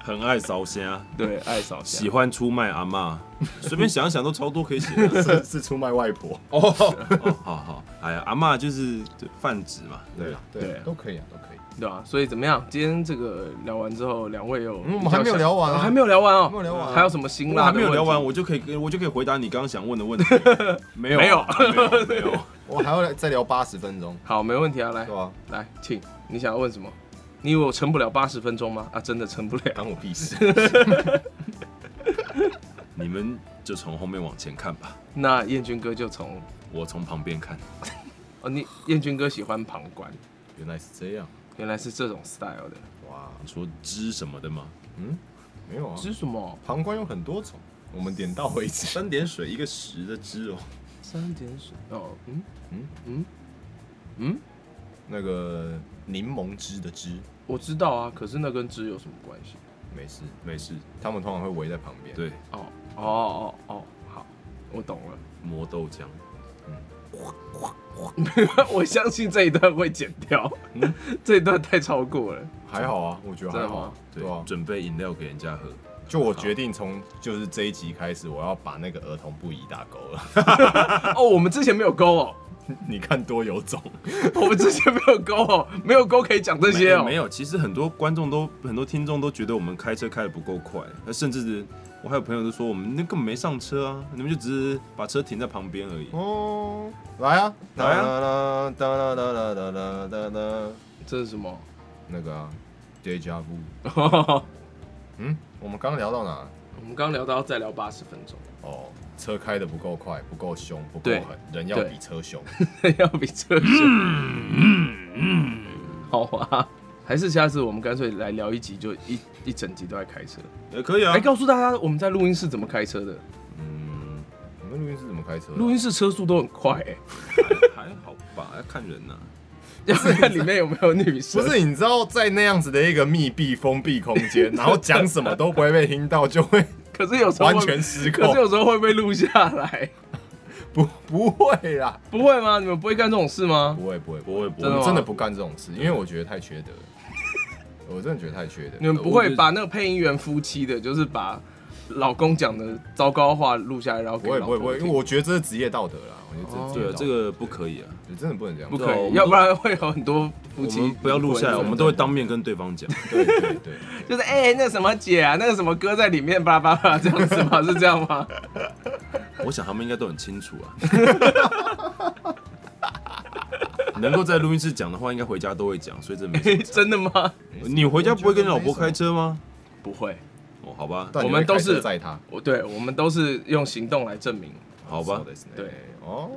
很爱烧虾， 对，爱少喜侠。欢出卖阿嬷，随便想一想都超多可以写的。是是出卖外婆。哦， 哦好好，哎呀，阿嬷就是就泛指嘛，对吧啊，对对啊，都可以啊，都可以。对啊，所以怎么样？今天这个聊完之后，两位有比较嗯想、我们还没有聊完啊还没有聊完哦，还没有聊完啊还有什么辛我辣还的没有聊完，问我就可以跟我就可以回答你刚刚想问的问题。 没有，啊没有没有，没有。我还要再聊八十分钟题？， 好，没问题啊，来、啊对啊？来，请你想要问什么？你以为我撑不了八十分钟吗？啊，真的撑不了。关我屁 事。你们就从后面往前看吧，那彦君哥就从我从旁边看。哦，你彦君哥喜欢旁观，原来是这样，原来是这种 style 的。哇，你说知什么的吗？嗯，没有啊，是什么？旁观有很多种，我们点到为止。三点水一个十的知哦。三点水哦，嗯嗯嗯嗯，那个柠檬汁的汁，我知道啊，可是那跟汁有什么关系？没事，没事，他们通常会围在旁边。，对，哦哦哦哦，好，我懂了。 磨豆浆。我相信这一段会剪掉，这一段太超过了。还好啊，我觉得还好啊。对，对啊，准备饮料给人家喝。就我决定从就是这一集开始，我要把那个儿童不宜打勾了。哦，我们之前没有勾哦， 你看多有种，我们之前没有勾哦，没有勾可以讲这些哦。没没有，其实很多观众都很多听众都觉得我们开车开的不够快，那甚至是我还有朋友都说我们那根本没上车啊，你们就只是把车停在旁边而已。哦，来啊，来啊，哒啦哒啦哒啦哒啦，这是什么？ 那个啊，Deja Vu。我嗯，我们刚聊到哪？们刚聊到再聊八十分钟，哦，车开的不够快，不够凶，不够对狠，人要对比车凶。 要比这个凶。好啊，还是下次我们干脆来聊一集，就一一整集都在开车，也可以啊来。告诉大家我们在录音室怎么开车的。嗯，你们录音室怎么开车啊的？录音室车速都很快、欸， 还好吧，要看人呐、 要看里面有没有女生。不是，你知道在那样子的一个密闭封闭空 间，然后讲什么都不会被听到，就 会可是有时候会完全失可控是。有时候会被录下来，不，不会啦，不会吗？你们不会干这种事吗？不会，不会，不不会，会不真的会我们吗真的不干这种事，因为我觉得太缺德了。我真的觉得太缺德。你们不会把那个配音员夫妻的，就是把老公讲的糟糕话录下来，然后不给会，老不会，婆不会，因听为我觉得这是职业道德啦。我觉得这哦对啊，这个个不可以啊。真的不能这样。不对可对啊我以，们要不然会有很多我夫妻们不要录下来，会我们都会当面跟对方讲。对对 对，就是哎、那个什么姐啊，那个什么哥在里面，巴拉巴拉这样子吗？是这样吗？我想他们应该都很清楚啊。 能够在录音室讲的话，应该回家都会讲，所以这没什 么差。真的吗？你回家不会跟老婆开车吗？不会，哦，好吧，但你我们都是会开车载他。我对我们都是用行动来证明。好吧。对，哦，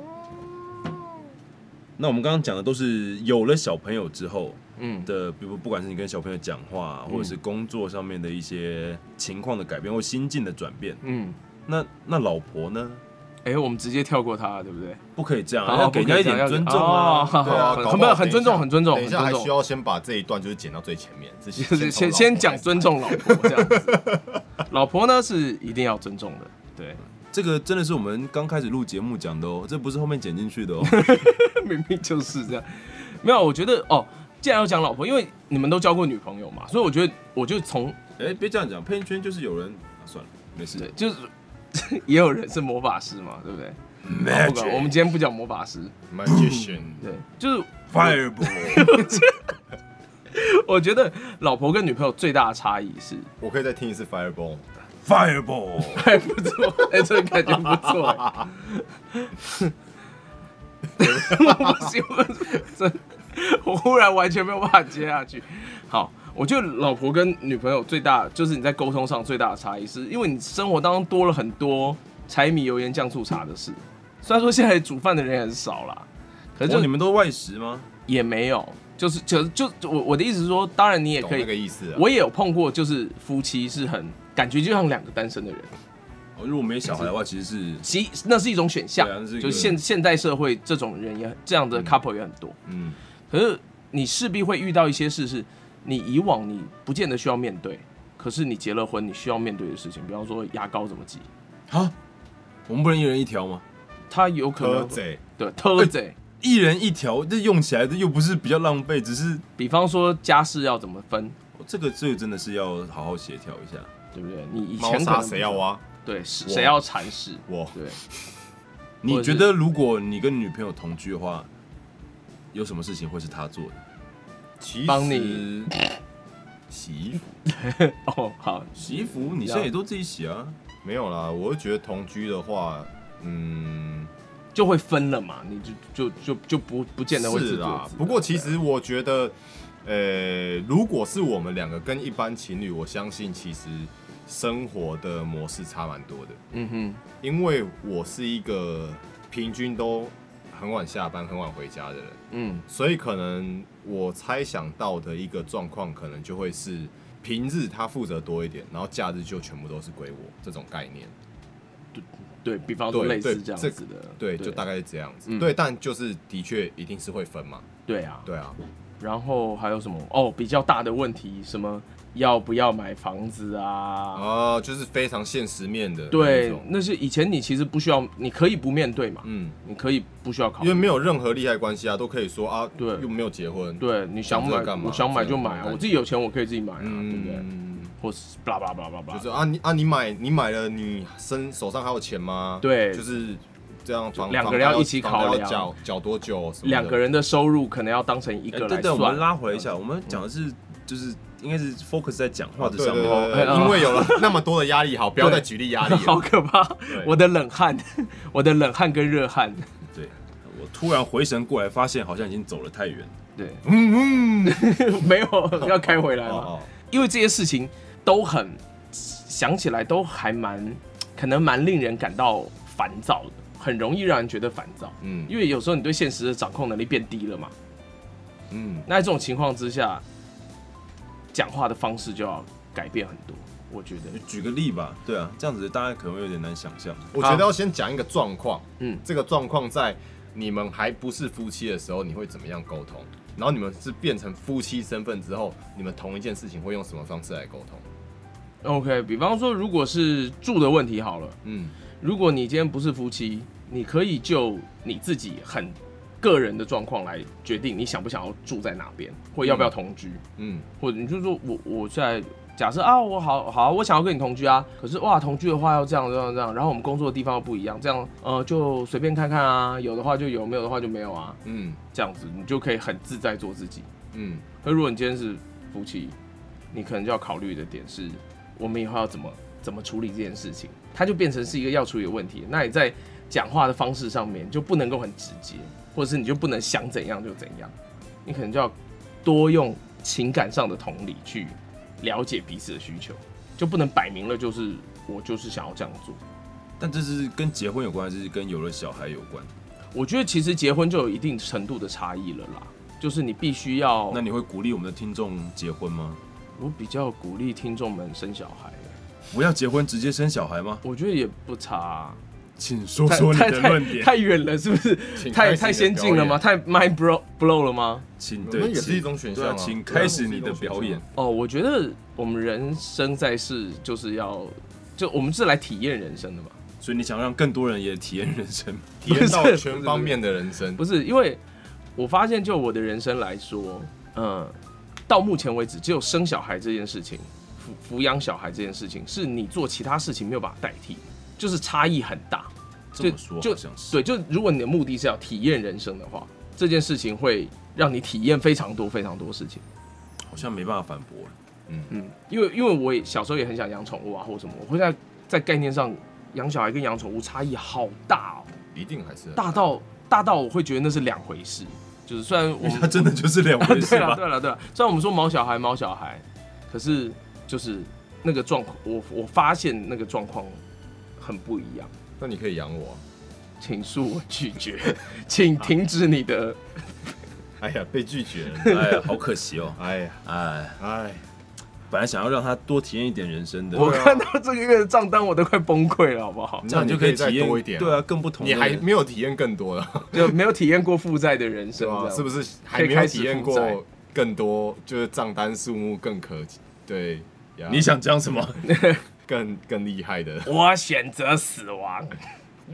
那我们刚刚讲的都是有了小朋友之后嗯，的，比如不管是你跟小朋友讲话，嗯或者是工作上面的一些情况的改变或心境的转变。嗯，那那老婆呢？哎、我们直接跳过他了，对不对？不可以这样啊，好要给人家一点尊重哦啊。好对啊，好搞很不好很尊重，很尊重，等很一下尊还需重。要先把这一段就是剪到最前面，这就些是先先讲尊重老婆这样子，老婆呢是一定要尊重的，对， 这个真的是我们刚开始录节目讲的哦，这不是后面剪进 去的哦。明明就是这样。没有，我觉得哦，既然要讲老婆，因为你们都交过女朋友嘛，所以我觉得，我就从哎，别这样讲，配音圈就是有人，啊算了，没事。对，就是 也有人是魔法师嘛，对不哎对？好不管，我们今天不讲魔法师， magician 对，就是 Fireball， 我觉得老婆跟女朋友最大的差异是， 我可以再听一次 Fireball， Fireball，还不错，哎、这个感觉不错、哎 我不行，我这我忽然完全没有办法接下去。好，我觉得老婆跟女朋友最大就是你在沟通上最大的差异，是因为你生活当中多了很多柴米油盐酱醋茶的事。虽然说现在煮饭的人也很少啦，可是哦，你就们都外食吗？也没有，就是就就我我的意思是说，当然你也懂可那个以，意思啊？我也有碰过，就是夫妻是很感觉就像两个单身的人。哦，如果没小孩的话，其实是其那是一种选项，对啊那是一个就现现代社会这种人也这样的 couple 也很多，嗯，可是你势必会遇到一些事是，你以往你不见得需要面对，可是你结了婚你需要面对的事情，比方说牙膏怎么挤，啊，我们不能一人一条吗？它有可柯能贼，对偷贼，一人一条，这用起来这又不是比较浪费，只是比方说家事要怎么分，哦这个这个真的是要好好协调一下。对不对？你以猫前可砂能谁要挖？对是我谁要铲屎，我对，或你者是觉得如果你跟女朋友同居的话，有什么事情会是她做的？其实帮你洗衣服哦好，洗衣服，你现在也都自己洗啊？没有啦，我是觉得同居的话，嗯，就会分了嘛，你就就就就不不见得会是自作啊啦自。不过其实我觉得，呃，如果是我们两个跟一般情侣，我相信其实生活的模式差蛮多的，嗯哼，因为我是一个平均都很晚下班、很晚回家的人。嗯所以可能我猜想到的一个状况，可能就会是平日他负责多一点，然后假日就全部都是归我这种概念。对比方说对哦类似对这样这子的，对，就大概是这样子。嗯对，但就是的确一定是会分嘛。对啊，对啊，然后还有什么？哦，比较大的问题，什么要不要买房子啊？啊、就是非常现实面的那一对种，。那是以前你其实不需要，你可以不面对嘛，嗯，你可以不需要考因为虑。没有任何利害关系啊，都可以说啊，对又没有结婚，，对，啊你想想这买个干嘛我想买就买这个啊，干嘛我自己有钱我可以自己买啊，对不对？嗯，或是巴拉巴拉巴拉，就是啊，你啊，你买你买了，你身手上还有钱吗？对就是这样房，两个房人贷要一起房贷考要量缴缴多久什么的？两个人的收入可能要当成一哎个对来对，我们算。拉回来一下，我们讲的是就是应该是 focus 在讲话的啊对上对面。哦对对哎哦对，因为有了那么多的压力，好，不要再举例压力 好了。可怕！我的冷汗， 我的冷汗跟热汗，对，我突然回神过来，发现好像已经走了太远。对，嗯嗯， 没有要开回来了。哦因为这些事情都很想起来都还蛮可能蛮令人感到烦躁的，很容易让人觉得烦躁。嗯因为有时候你对现实的掌控能力变低了嘛，嗯，那在这种情况之下，讲话的方式就要改变很多。我觉得，举个例吧，对啊，这样子大家可能会有点难想象。我觉得要先讲一个状况，嗯，这个状况在你们还不是夫妻的时候，你会怎么样沟通？然后你们是变成夫妻身份之后，你们同一件事情会用什么方式来沟通？ OK，比方说，如果是住的问题好了，嗯如果你今天不是夫妻，你可以就你自己很个人的状况来决定你想不想要住在哪边，或要不要同居，嗯或者你就说我我在假设啊，我好好啊我想要跟你同居啊，可是哇，同居的话要这样这样这样，然后我们工作的地方又不一样，这样呃就随便看看啊，有的话就有，没有的话就没有啊，嗯这样子你就可以很自在做自己。嗯那如果你今天是夫妻，你可能就要考虑的点是，我们以后要怎么怎么处理这件事情，它就变成是一个要处理的问题。那你在讲话的方式上面就不能够很直接，或者是你就不能想怎样就怎样，你可能就要多用情感上的同理去了解彼此的需求，就不能摆明了就是我就是想要这样做。但这是跟结婚有关，还是跟有了小孩有关？我觉得其实结婚就有一定程度的差异了啦，就是你必须要那，你会鼓励我们的听众结婚吗？我比较鼓励听众们生小孩。不要结婚直接生小孩吗？我觉得也不差啊、请说太说你太的论太点，太远了，是不是？请太开始太你的先进了吗？太 mind blow blow 了吗？请那对，也是请一种选项啊对请对啊开始你的表演。哦，我觉得我们人生在世就是要，就我们是来体验人生的嘛，所以你想让更多人也体验人生，体验到不是全方面的人生不。是？因为我发现，就我的人生来说，嗯，到目前为止，只有生小孩这件事情，抚抚养小孩这件事情，是你做其他事情没有办法代替，就是差异很大。这么说就好像是对，就如果你的目的是要体验人生的话，这件事情会让你体验非常多非常多事情。好像没办法反驳了。哦嗯，因为因为我也小时候也很想养宠物啊，或者什么，我会在在概念上养小孩跟养宠物差异好大哦，一定还是啊大到大到我会觉得那是两回事。就是虽然我 因为它真的就是两回事对了 吧？对了对了，啊虽然我们说毛小孩毛小孩，可是就是那个状况，我我发现那个状况很不一样。那你可以养我啊、请恕我拒绝， 请停止你的哎呀，被拒绝了。哎呀，好可惜哦。 哎呀，哎，哎，本来想要让他多体验一点人生的，啊我看到这个账单，我都快崩溃了，好不好？这样你就可以再体验多一点啊对啊，更不同的。你还没有体验更多了， 就没有体验过负债的人对生，吧？是不是？是还没有体验过更多，就是账单数目更可对呀你想讲什么？更更厉害的？ 我选择死亡，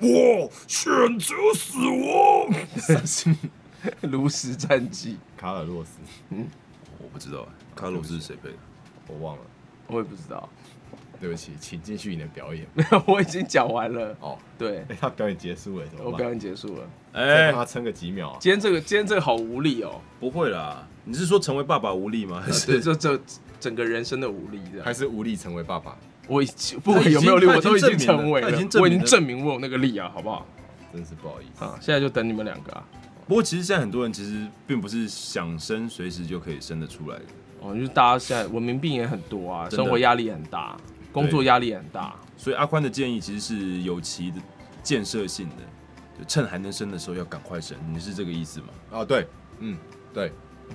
我选择死亡。 炉石战记，卡尔洛斯，我不知道，卡洛斯是谁配的？我忘了，我也不知道， 对不起，请继续你的表演。没有，我已经讲完了。哦，对，哎，他表演结束了，怎我么表办？演结束了。再哎让，他撑个几秒啊。今天这个，今天这个好无力哦，不会啦，你是说成为爸爸无力吗？还对，是这这整个人生的无力这还样。是无力成为爸爸，我已经不管有没有力，他我已经都已经成为他已经证明了我已经证明我有那个力啊，好不好？真是不好意思。啊，现在就等你们两个啊，不过其实现在很多人其实并不是想生随时就可以生得出来的。哦，就是大家现在文明病也很多啊，真的生活压力很大，工作压力很大，所以阿宽的建议其实是有其的建设性的，就趁还能生的时候要赶快生，你是这个意思吗？哦，对，嗯，对，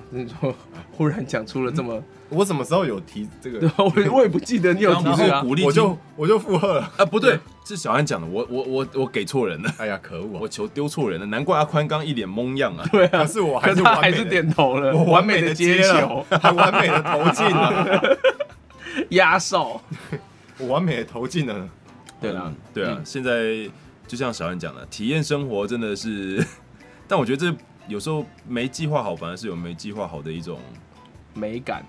那就 忽然讲出了这么，我什么时候有提这个对？啊我我也不记得你有提刚示刚啊不是。鼓励我听就我就附和了。啊，不对，是小安讲的，我我我我给错人了，哎呀，可恶我啊！球丢错人了，难怪阿宽刚一脸懵样啊。对啊可，是可我还是是他完美还的是点头了，我完完美美的的接接球球，，还完美的投进了，压哨。我完美的投进了。对啦嗯，对啊，现在就像小安讲的，体验生活真的是， 但我觉得这有时候没计划好，反而是有没计划好的一种。美感，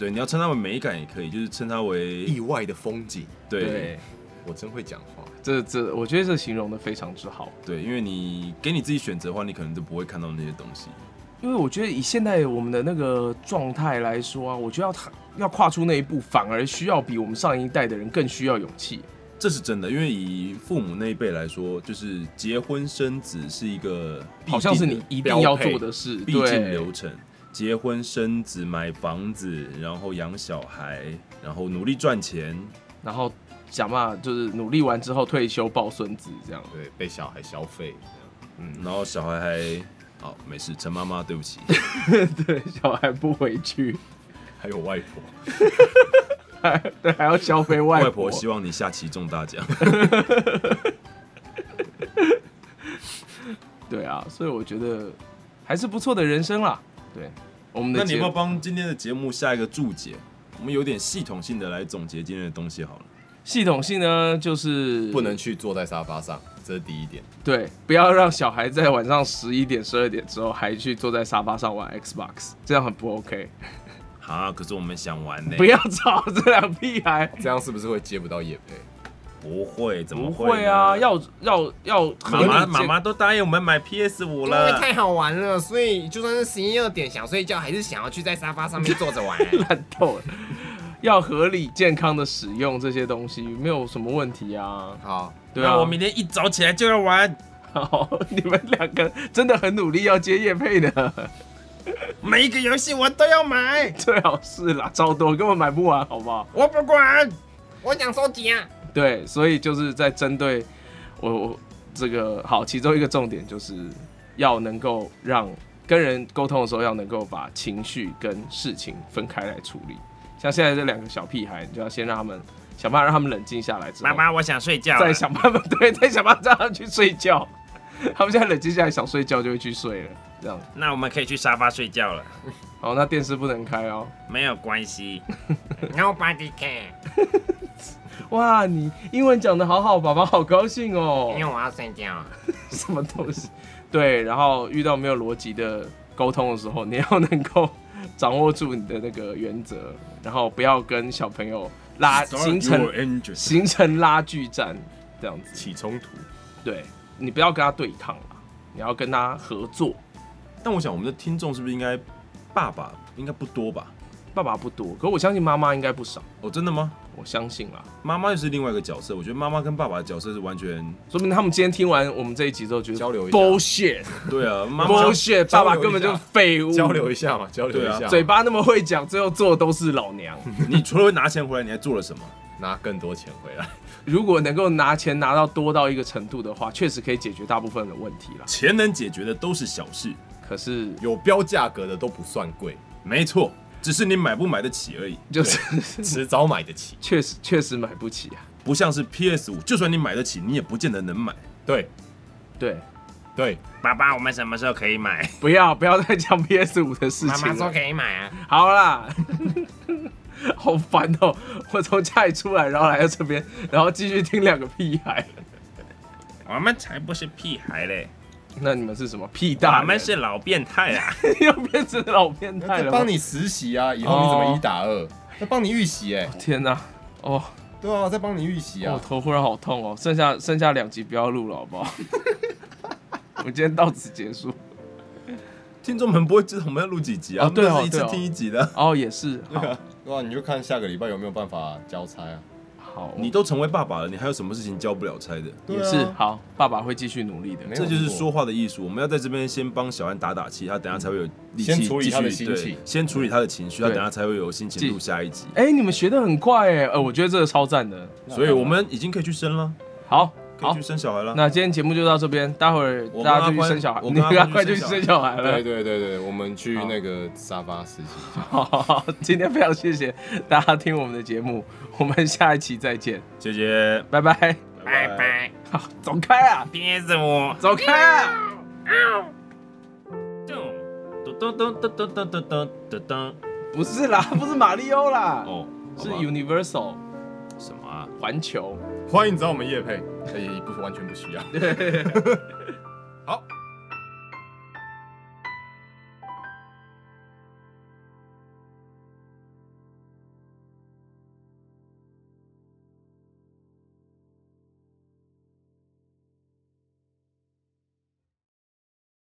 对，你要称它为美感也可以，就是称它为意外的风景，对对，我真会讲话。这这，我觉得这形容的非常之好，对，因为你给你自己选择的话，你可能就不会看到那些东西。因为我觉得以现在我们的那个状态来说啊，我觉得要踏要跨出那一步，反而需要比我们上一代的人更需要勇气。这是真的，因为以父母那一辈来说，就是结婚生子是一个必定的好像是你一定要做的事，必经对流，程。结婚生子、买房子，然后养小孩，然后努力赚钱，然后想办法，就是努力完之后退休抱孙子这 样。对，被小孩消费。嗯然后小孩还好没事，陈妈妈对不起， 对，小孩不回去，还有外婆，还对，还要消费外外婆。婆希望你下期中大奖。对啊，所以我觉得还是不错的人生啦。对，我们 那的你节有没有目帮今天的节目下一个注解？我们有点系统性的来总结今天的东西好了。系统性呢，就是不能去坐在沙发上，这是第一点。对，不要让小孩在晚上十一点、十二点之后还去坐在沙发上玩 Xbox，这样很不 OK。啊，可是我们想玩呢、不要吵这两屁孩。这样是不是会接不到夜配？不会，怎么不呢会啊，要要要妈合理妈健妈妈都答应我们买 PS 五因为了，太好玩了，所以就算是十一二点想睡觉，还是想要去在沙发上面坐着 玩。 烂透了，要合理健康的使用这些东西，没有什么问题啊。好，对啊，那我明天一早起来就要玩， 好，你们两个真的很努力要接叶配的，每一个游戏我都要 买，最好是啦，超多根本买不完，好不好？我不管。我想收集啊， 对，所以就是在针对我我这个好，其中一个重点就是要能够让跟人沟通的时候，要能够把情绪跟事情分开来处理。像现在这两个小屁孩，你就要先让他们想办法让他们冷静下来之后，妈妈，我想睡觉了。再想办法对，再想办法让他们去睡觉。他们现在冷静下来想睡觉就会去睡了，这样。那我们可以去沙发睡觉了。好，那电视不能开哦。没有关系，Nobody can，哇，你英文讲的好好，爸爸好高兴哦啊因。为我要 睡觉。什么东西？对，然后遇到没有逻辑的沟通的时候，你要能够掌握住你的那个原则，然后不要跟小朋友 拉形成 engine，形成拉锯战这样子。起冲突。对你不要跟他对抗啦，你要跟他合作。但我想我们的听众是不是应该爸爸应该不多吧？爸爸不多，可我相信妈妈应该不少，哦，真的吗？我相信啦。妈妈又是另外一个角色，我觉得妈妈跟爸爸的角色是完全说不定他们今天听完我们这一集之后，觉得交流一下 bullshit 对 啊，妈妈 bullshit，交爸爸流一下根本就废物。交流一下嘛，交流一对下。啊嘴巴那么会讲，最后做的都是老娘。你除了会拿钱回来，你还做了什么？拿更多钱回来， 如果能够拿钱拿到多到一个程度的话，确实可以解决大部分的问题啦。钱能解决的都是小事，可是有标价格的都不算贵，没错，只是你买不买得起而已。就是迟早买得起。 确实确实买不起啊。不像是 PS 五，就算你买得起，你也不见得能买。对对，对，爸爸，我们什么时候可以买？ 不要不要再讲 PS 五的事妈妈情说了。可以买啊。好啦， 好烦哦、我从家里出来，然后来到这边，然后继续听两个屁孩。我们才不是屁孩嘞，那你们是什么屁大人？老变态啊！ 又变成老变态那了在吗帮你实习啊，以后你怎哦么一打二？在帮你预习哎，天哪、哦，对啊，在帮你预习我啊。头忽然好痛哦，剩下剩下两集不要录了，好不好？ 我们今天到此结束。听众们不会知道我们要录几集啊，哦对哦他们都是一对哦次听一集的。哦，也是， 好，对啊，你就看下个礼拜有没有办法交差啊。好你都成为爸爸了，你还有什么事情交不了差的？对也啊是好，爸爸会继续努力的。没有这就是说话的艺术。我们要在这边先帮小安打打气，他等下才会有力气先处理继续他的心对情先处理他的情绪，他对等下才会有心情录下一集。哎、你们学的很快哎，呃，我觉得这个超赞的。所以我们已经可以去生了，好，可以好去，生小孩了。那今天节目就到这边，待会儿我跟大家就阿去宽生小孩，我你跟阿赶宽快就去去生生小孩对了。对对对，我们去好那个沙发实习。 好好好，今天非常谢谢大家听我们的节目，我们下一期再见，姐姐，拜拜。拜。拜好，走开啊， ，PS 五。走开啊！噔噔噔噔噔噔噔噔噔噔。不是啦，不是马里奥啦，哦，是好吧 Universal 什么啊？环球。欢迎找我们叶配，哎，不完全不需要。